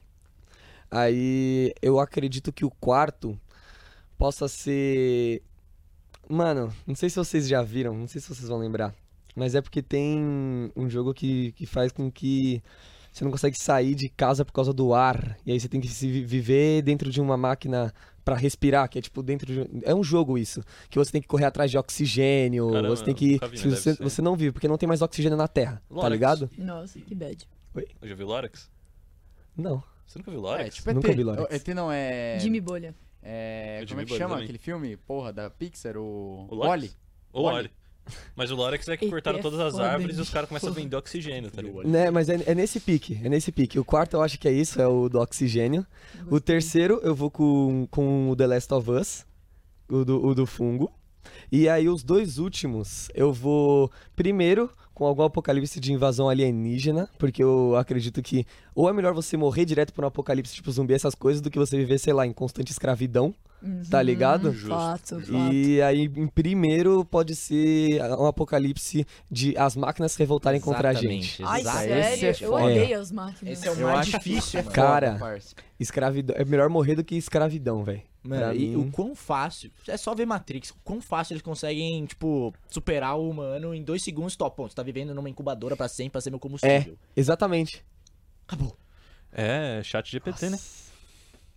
Speaker 4: Aí eu acredito que o quarto possa ser Mano, não sei se vocês já viram, não sei se vocês vão lembrar, mas é porque tem um jogo que, que faz com que você não consegue sair de casa por causa do ar, e aí você tem que se vi- viver dentro de uma máquina pra respirar, que é tipo dentro de. um- É um jogo isso, que você tem que correr atrás de oxigênio,
Speaker 2: Caramba,
Speaker 4: você tem que.
Speaker 2: nunca vi,
Speaker 4: se
Speaker 2: mas deve
Speaker 4: você,
Speaker 2: ser.
Speaker 4: você não vive, porque não tem mais oxigênio na Terra, tá
Speaker 2: Lorax.
Speaker 4: ligado?
Speaker 5: Nossa, que bad.
Speaker 2: Já viu Lorax?
Speaker 4: Não.
Speaker 2: Você nunca viu
Speaker 1: É,
Speaker 2: Lorax?
Speaker 1: tipo ET.
Speaker 4: Nunca vi Lorax.
Speaker 1: ET não é.
Speaker 5: Jimmy Bolha.
Speaker 1: É,
Speaker 2: Eu
Speaker 1: como é
Speaker 2: Jimmy
Speaker 1: que
Speaker 2: Bond
Speaker 1: chama
Speaker 2: também.
Speaker 1: aquele filme? Porra, da Pixar, o.
Speaker 2: O
Speaker 1: Wally.
Speaker 2: Lorax? Ou
Speaker 1: Olhe.
Speaker 2: olhe. Mas o Lorax é que
Speaker 5: ET
Speaker 2: cortaram
Speaker 5: é
Speaker 2: todas as
Speaker 5: foda,
Speaker 2: árvores
Speaker 5: hein?
Speaker 2: e os caras começam a vender oxigênio, tá ligado?
Speaker 4: Né, mas é, é nesse pique, é nesse pique. O quarto eu acho que é isso, é o do oxigênio. O terceiro eu vou com, com o The Last of Us, o do, o do fungo. E aí os dois últimos eu vou primeiro com algum apocalipse de invasão alienígena, porque eu acredito que ou é melhor você morrer direto por um apocalipse tipo zumbi, essas coisas, do que você viver, sei lá, em constante escravidão,
Speaker 5: Uhum.
Speaker 4: tá ligado?
Speaker 2: Justo,
Speaker 5: Fato,
Speaker 2: justo.
Speaker 5: fato.
Speaker 4: E aí, em primeiro, pode ser um apocalipse de as máquinas revoltarem contra a
Speaker 3: Exatamente,
Speaker 4: gente.
Speaker 5: Ai,
Speaker 3: exato.
Speaker 1: esse é
Speaker 5: sério? Eu
Speaker 1: foda.
Speaker 5: odeio as máquinas.
Speaker 3: Esse é o
Speaker 1: Eu
Speaker 3: mais
Speaker 1: acho que
Speaker 3: difícil, mano.
Speaker 4: Cara,
Speaker 1: parça.
Speaker 4: Escravidão. É melhor morrer do que escravidão, velho.
Speaker 3: Mano,
Speaker 4: Pra
Speaker 3: e
Speaker 4: mim-
Speaker 3: o quão fácil. É só ver Matrix. O quão fácil eles conseguem, tipo, superar o humano em dois segundos. Top, ponto. Você tá vivendo numa incubadora pra sempre, pra ser meu combustível.
Speaker 4: Exatamente.
Speaker 3: Acabou.
Speaker 2: É, chat GPT, né?
Speaker 3: É.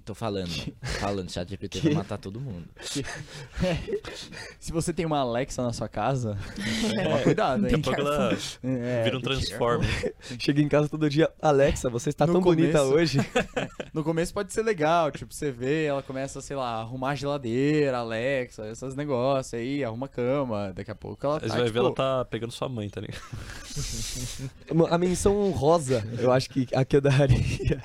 Speaker 3: Tô falando, mano. Tô falando, chat GPT vai matar todo mundo.
Speaker 1: Se você tem uma Alexa na sua casa, toma cuidado,
Speaker 2: Daqui a
Speaker 1: hein?
Speaker 2: pouco ela
Speaker 1: É,
Speaker 2: vira um transformer.
Speaker 4: Chega em casa todo dia, Alexa, você está
Speaker 1: No
Speaker 4: tão bonita
Speaker 1: começo-
Speaker 4: hoje.
Speaker 1: No começo pode ser legal, tipo, você vê, ela começa, sei lá, arrumar a geladeira, Alexa, esses negócios aí, arruma a cama, daqui a pouco ela tá,
Speaker 2: Mas vai
Speaker 1: tipo,
Speaker 2: ver, ela tá pegando sua mãe, tá ligado?
Speaker 4: Uma- A menção rosa, eu acho que a que eu daria.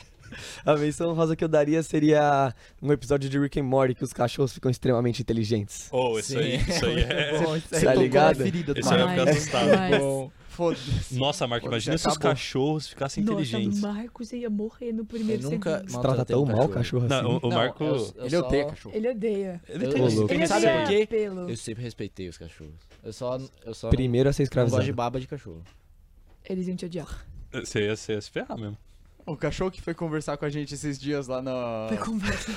Speaker 4: A menção rosa que eu daria seria um episódio de Rick and Morty que os cachorros ficam extremamente inteligentes.
Speaker 2: Oh, isso
Speaker 3: Sim.
Speaker 2: aí, isso aí é.
Speaker 1: Bom, isso aí
Speaker 4: Tá
Speaker 1: tocou na
Speaker 4: ligado?
Speaker 1: ferida do
Speaker 2: Isso aí eu
Speaker 1: Marco.
Speaker 2: fico é assustado.
Speaker 5: Mas-
Speaker 1: Foda-se.
Speaker 2: Nossa, Marco,
Speaker 1: Pô,
Speaker 2: imagina
Speaker 1: já
Speaker 2: se os
Speaker 1: acabou.
Speaker 2: cachorros ficassem
Speaker 5: Nossa,
Speaker 2: inteligentes.
Speaker 5: o Marcos ia morrer no
Speaker 3: Eu
Speaker 5: primeiro
Speaker 3: nunca.
Speaker 5: segundo.
Speaker 4: Você trata tão mal o cachorro assim.
Speaker 2: Não, o, o
Speaker 3: Não,
Speaker 2: Marco.
Speaker 3: eu- eu
Speaker 1: Ele
Speaker 3: só-
Speaker 1: odeia cachorro.
Speaker 5: Ele odeia.
Speaker 2: Ele
Speaker 3: eu-
Speaker 2: tem
Speaker 4: Ô,
Speaker 2: isso.
Speaker 4: louco.
Speaker 5: Ele
Speaker 3: sabe
Speaker 5: odeia
Speaker 3: por quê?
Speaker 5: Pelo.
Speaker 3: Eu sempre respeitei os cachorros. Eu só. Eu só. não-
Speaker 4: Primeiro a ser
Speaker 3: Não gosto de
Speaker 4: escravizado.
Speaker 3: baba de cachorro.
Speaker 5: Eles iam te odiar.
Speaker 2: Você ia, você ia se ferrar mesmo.
Speaker 1: O cachorro que Ah. foi conversar com a gente esses dias lá no...
Speaker 5: Vai conversar.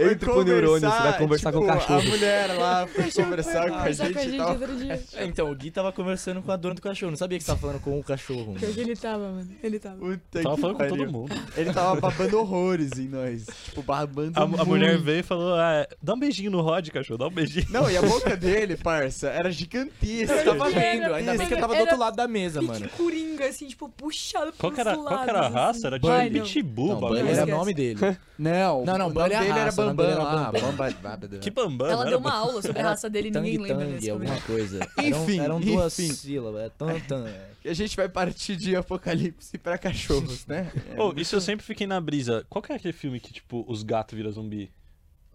Speaker 4: Entre com neurônio, você vai conversar com o
Speaker 1: tipo,
Speaker 4: cachorro.
Speaker 1: A mulher lá foi conversar com a
Speaker 5: Conversar
Speaker 1: gente e tal.
Speaker 5: outro dia.
Speaker 3: É, então, o Gui tava conversando com a dona do cachorro. Não sabia que você tava falando com o cachorro. mano.
Speaker 5: Pior que ele tava, mano. Ele tava.
Speaker 1: Puta
Speaker 2: Tava
Speaker 1: que
Speaker 2: falando com
Speaker 1: pariu.
Speaker 2: todo mundo.
Speaker 1: Ele tava babando horrores em nós. Tipo, babando
Speaker 2: A, a
Speaker 1: muito.
Speaker 2: mulher veio e falou: ah, dá um beijinho no Rod, cachorro, dá um beijinho.
Speaker 1: Não, e a boca dele, parça, era gigantesca.
Speaker 5: Era
Speaker 1: tava
Speaker 5: gigante.
Speaker 1: vendo. Ainda bem que eu
Speaker 5: Era-
Speaker 1: tava...
Speaker 3: tava do outro lado da mesa,
Speaker 5: Pique
Speaker 3: mano.
Speaker 5: coringa, assim, tipo, puxado
Speaker 2: Qual
Speaker 5: pros
Speaker 2: que era,
Speaker 5: lados.
Speaker 2: qual que era a raça? Era tipo de
Speaker 5: um assim. Ai, não.
Speaker 2: pitbull,
Speaker 3: Não,
Speaker 2: bagulho. assim.
Speaker 3: Bunny era o
Speaker 5: esquece.
Speaker 3: nome dele.
Speaker 1: Não,
Speaker 3: Não, não,
Speaker 1: o nome
Speaker 3: Bambi era
Speaker 1: dele era
Speaker 3: raça, o nome dele
Speaker 1: Bambam
Speaker 3: era
Speaker 1: lá.
Speaker 3: Bambam.
Speaker 1: Bamba, Bamba-
Speaker 2: Que Tipo bambam,
Speaker 5: Ela
Speaker 2: não era
Speaker 5: deu uma aula sobre a raça dele e ninguém lembra
Speaker 3: Tang,
Speaker 5: desse
Speaker 3: alguma
Speaker 5: momento.
Speaker 3: coisa.
Speaker 1: Enfim,
Speaker 3: eram, eram duas
Speaker 1: enfim.
Speaker 3: sílabas. É tan, tan. é.
Speaker 1: A gente vai partir de apocalipse pra cachorros, né?
Speaker 2: Oh, isso eu sempre fiquei na brisa. Qual que é aquele filme que, tipo, os gatos viram zumbi?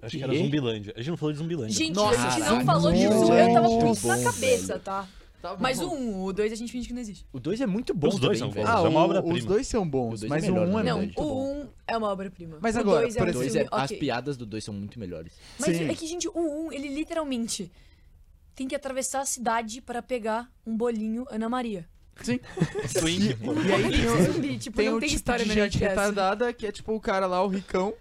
Speaker 2: Acho que era
Speaker 1: Quê?
Speaker 2: Zumbilândia. A gente não falou de Zumbilândia.
Speaker 5: Gente,
Speaker 1: Nossa,
Speaker 5: a gente
Speaker 1: caralho,
Speaker 5: não falou disso. Eu tava com isso
Speaker 3: bom,
Speaker 5: na cabeça, tá?
Speaker 1: Tá bom.
Speaker 5: Mas o um, o dois a gente finge que não existe.
Speaker 3: O dois é muito bom
Speaker 2: Os dois
Speaker 3: também,
Speaker 2: são
Speaker 3: velho.
Speaker 1: Ah,
Speaker 2: É uma
Speaker 1: o-
Speaker 2: obra-prima.
Speaker 1: os dois são
Speaker 3: Os
Speaker 1: bons,
Speaker 3: dois
Speaker 1: mas
Speaker 3: são
Speaker 1: o
Speaker 3: melhores,
Speaker 1: um é
Speaker 3: na
Speaker 5: Não,
Speaker 3: verdade.
Speaker 1: muito
Speaker 5: o
Speaker 1: bom.
Speaker 5: um é uma obra-prima.
Speaker 1: Mas
Speaker 5: O
Speaker 1: agora,
Speaker 5: dois
Speaker 1: por
Speaker 5: um
Speaker 3: O dois é,
Speaker 5: filme,
Speaker 3: As
Speaker 5: ok.
Speaker 3: piadas do dois são muito melhores.
Speaker 5: Mas
Speaker 1: Sim.
Speaker 5: é que, gente, o 1, ele literalmente tem que atravessar a cidade pra pegar um bolinho Ana Maria.
Speaker 2: Twink, pô.
Speaker 1: E aí tem,
Speaker 5: Apocalipse
Speaker 1: o-
Speaker 5: zumbi, tipo,
Speaker 1: tem
Speaker 5: não
Speaker 1: um
Speaker 5: tem
Speaker 1: tipo
Speaker 5: história
Speaker 1: de
Speaker 5: melhor
Speaker 1: gente
Speaker 5: que essa.
Speaker 1: retardada que é tipo o cara lá, o ricão,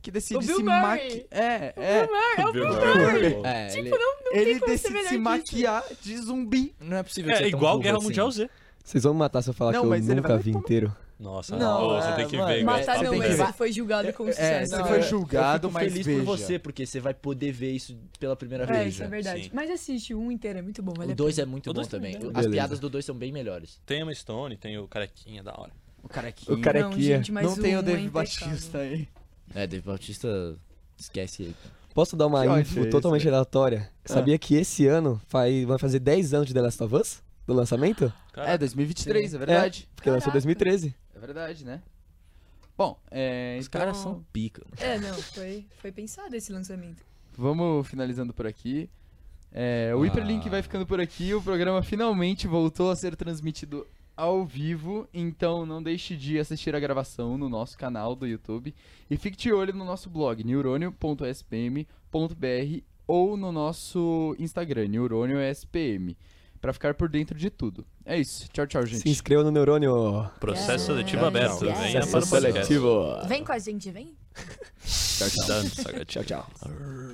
Speaker 1: que decide
Speaker 5: O Bill
Speaker 1: se
Speaker 5: Murray.
Speaker 1: maquiar. É, é.
Speaker 2: o Bill Murray, pô.
Speaker 3: É,
Speaker 5: Tipo,
Speaker 3: ele-
Speaker 1: Ele
Speaker 5: como ser
Speaker 1: decide
Speaker 5: melhor
Speaker 1: se
Speaker 5: que
Speaker 1: maquiar de zumbi.
Speaker 3: não é possível que
Speaker 2: É
Speaker 3: ser tão
Speaker 2: igual
Speaker 3: burro
Speaker 2: Guerra
Speaker 3: assim.
Speaker 2: Mundial Z.
Speaker 4: Vocês vão me matar se eu falar
Speaker 1: Não,
Speaker 4: que eu
Speaker 1: mas ele
Speaker 4: nunca
Speaker 1: vai-
Speaker 4: vi inteiro.
Speaker 2: Nossa,
Speaker 1: Não,
Speaker 2: não, você
Speaker 1: é,
Speaker 2: tem que
Speaker 1: mano.
Speaker 2: ver.
Speaker 1: Mas-
Speaker 5: Matar
Speaker 1: Você
Speaker 5: não,
Speaker 1: tem que ver.
Speaker 5: esse foi julgado com
Speaker 1: É,
Speaker 5: sucesso.
Speaker 1: você
Speaker 3: Não,
Speaker 1: foi
Speaker 3: é-
Speaker 1: julgado,
Speaker 3: eu fico
Speaker 1: mas
Speaker 3: feliz
Speaker 1: veja.
Speaker 3: por você, porque você vai poder ver isso pela primeira
Speaker 5: É,
Speaker 3: vez.
Speaker 5: isso é
Speaker 3: né?
Speaker 5: verdade.
Speaker 2: Sim.
Speaker 5: Mas assiste o 1 inteiro, é muito bom, vale
Speaker 3: O
Speaker 5: a
Speaker 3: 2
Speaker 5: pena.
Speaker 3: é muito
Speaker 2: O
Speaker 3: bom
Speaker 2: dois
Speaker 3: também.
Speaker 2: também,
Speaker 3: As
Speaker 4: beleza.
Speaker 3: piadas do 2 são bem melhores.
Speaker 2: Tem a Stone, tem o Carequinha, da hora.
Speaker 1: É
Speaker 3: O cara aqui.
Speaker 4: O cara
Speaker 5: Não,
Speaker 4: aqui é-
Speaker 5: gente, mas
Speaker 1: Não tem
Speaker 5: um
Speaker 1: o
Speaker 5: é
Speaker 1: David
Speaker 5: impecável.
Speaker 1: Batista aí.
Speaker 3: É, Dave Bautista. Esquece ele.
Speaker 5: Então,
Speaker 4: Posso dar uma
Speaker 1: Que ódio Ah.
Speaker 4: info
Speaker 1: é isso,
Speaker 4: totalmente aleatória? Sabia que esse ano vai, vai fazer 10 anos de The Last of Us? Do lançamento?
Speaker 1: É, 2023, é verdade.
Speaker 4: Porque lançou em
Speaker 5: Caraca.
Speaker 4: 2013.
Speaker 1: É verdade, né? Bom, é,
Speaker 3: Os
Speaker 1: então,
Speaker 3: caras são pica.
Speaker 5: É, não, foi, foi pensado esse lançamento.
Speaker 1: Vamos finalizando por aqui. É, o
Speaker 3: Ah.
Speaker 1: Hiperlink vai ficando por aqui. O programa finalmente voltou a ser transmitido ao vivo. Então não deixe de assistir a gravação no nosso canal do YouTube. E fique de olho no nosso blog, neurônio.spm.br ou no nosso Instagram, neurônio.spm, pra ficar por dentro de tudo. É isso. Tchau, tchau, gente.
Speaker 4: Se inscreva no Neurônio.
Speaker 2: Processo
Speaker 5: É.
Speaker 2: seletivo
Speaker 5: É.
Speaker 2: aberto.
Speaker 5: É.
Speaker 2: Venha
Speaker 5: Processo
Speaker 2: para o podcast.
Speaker 4: seletivo.
Speaker 5: Vem com a gente, vem.
Speaker 2: Dança, gatinho.
Speaker 4: Tchau, tchau.
Speaker 2: Arr.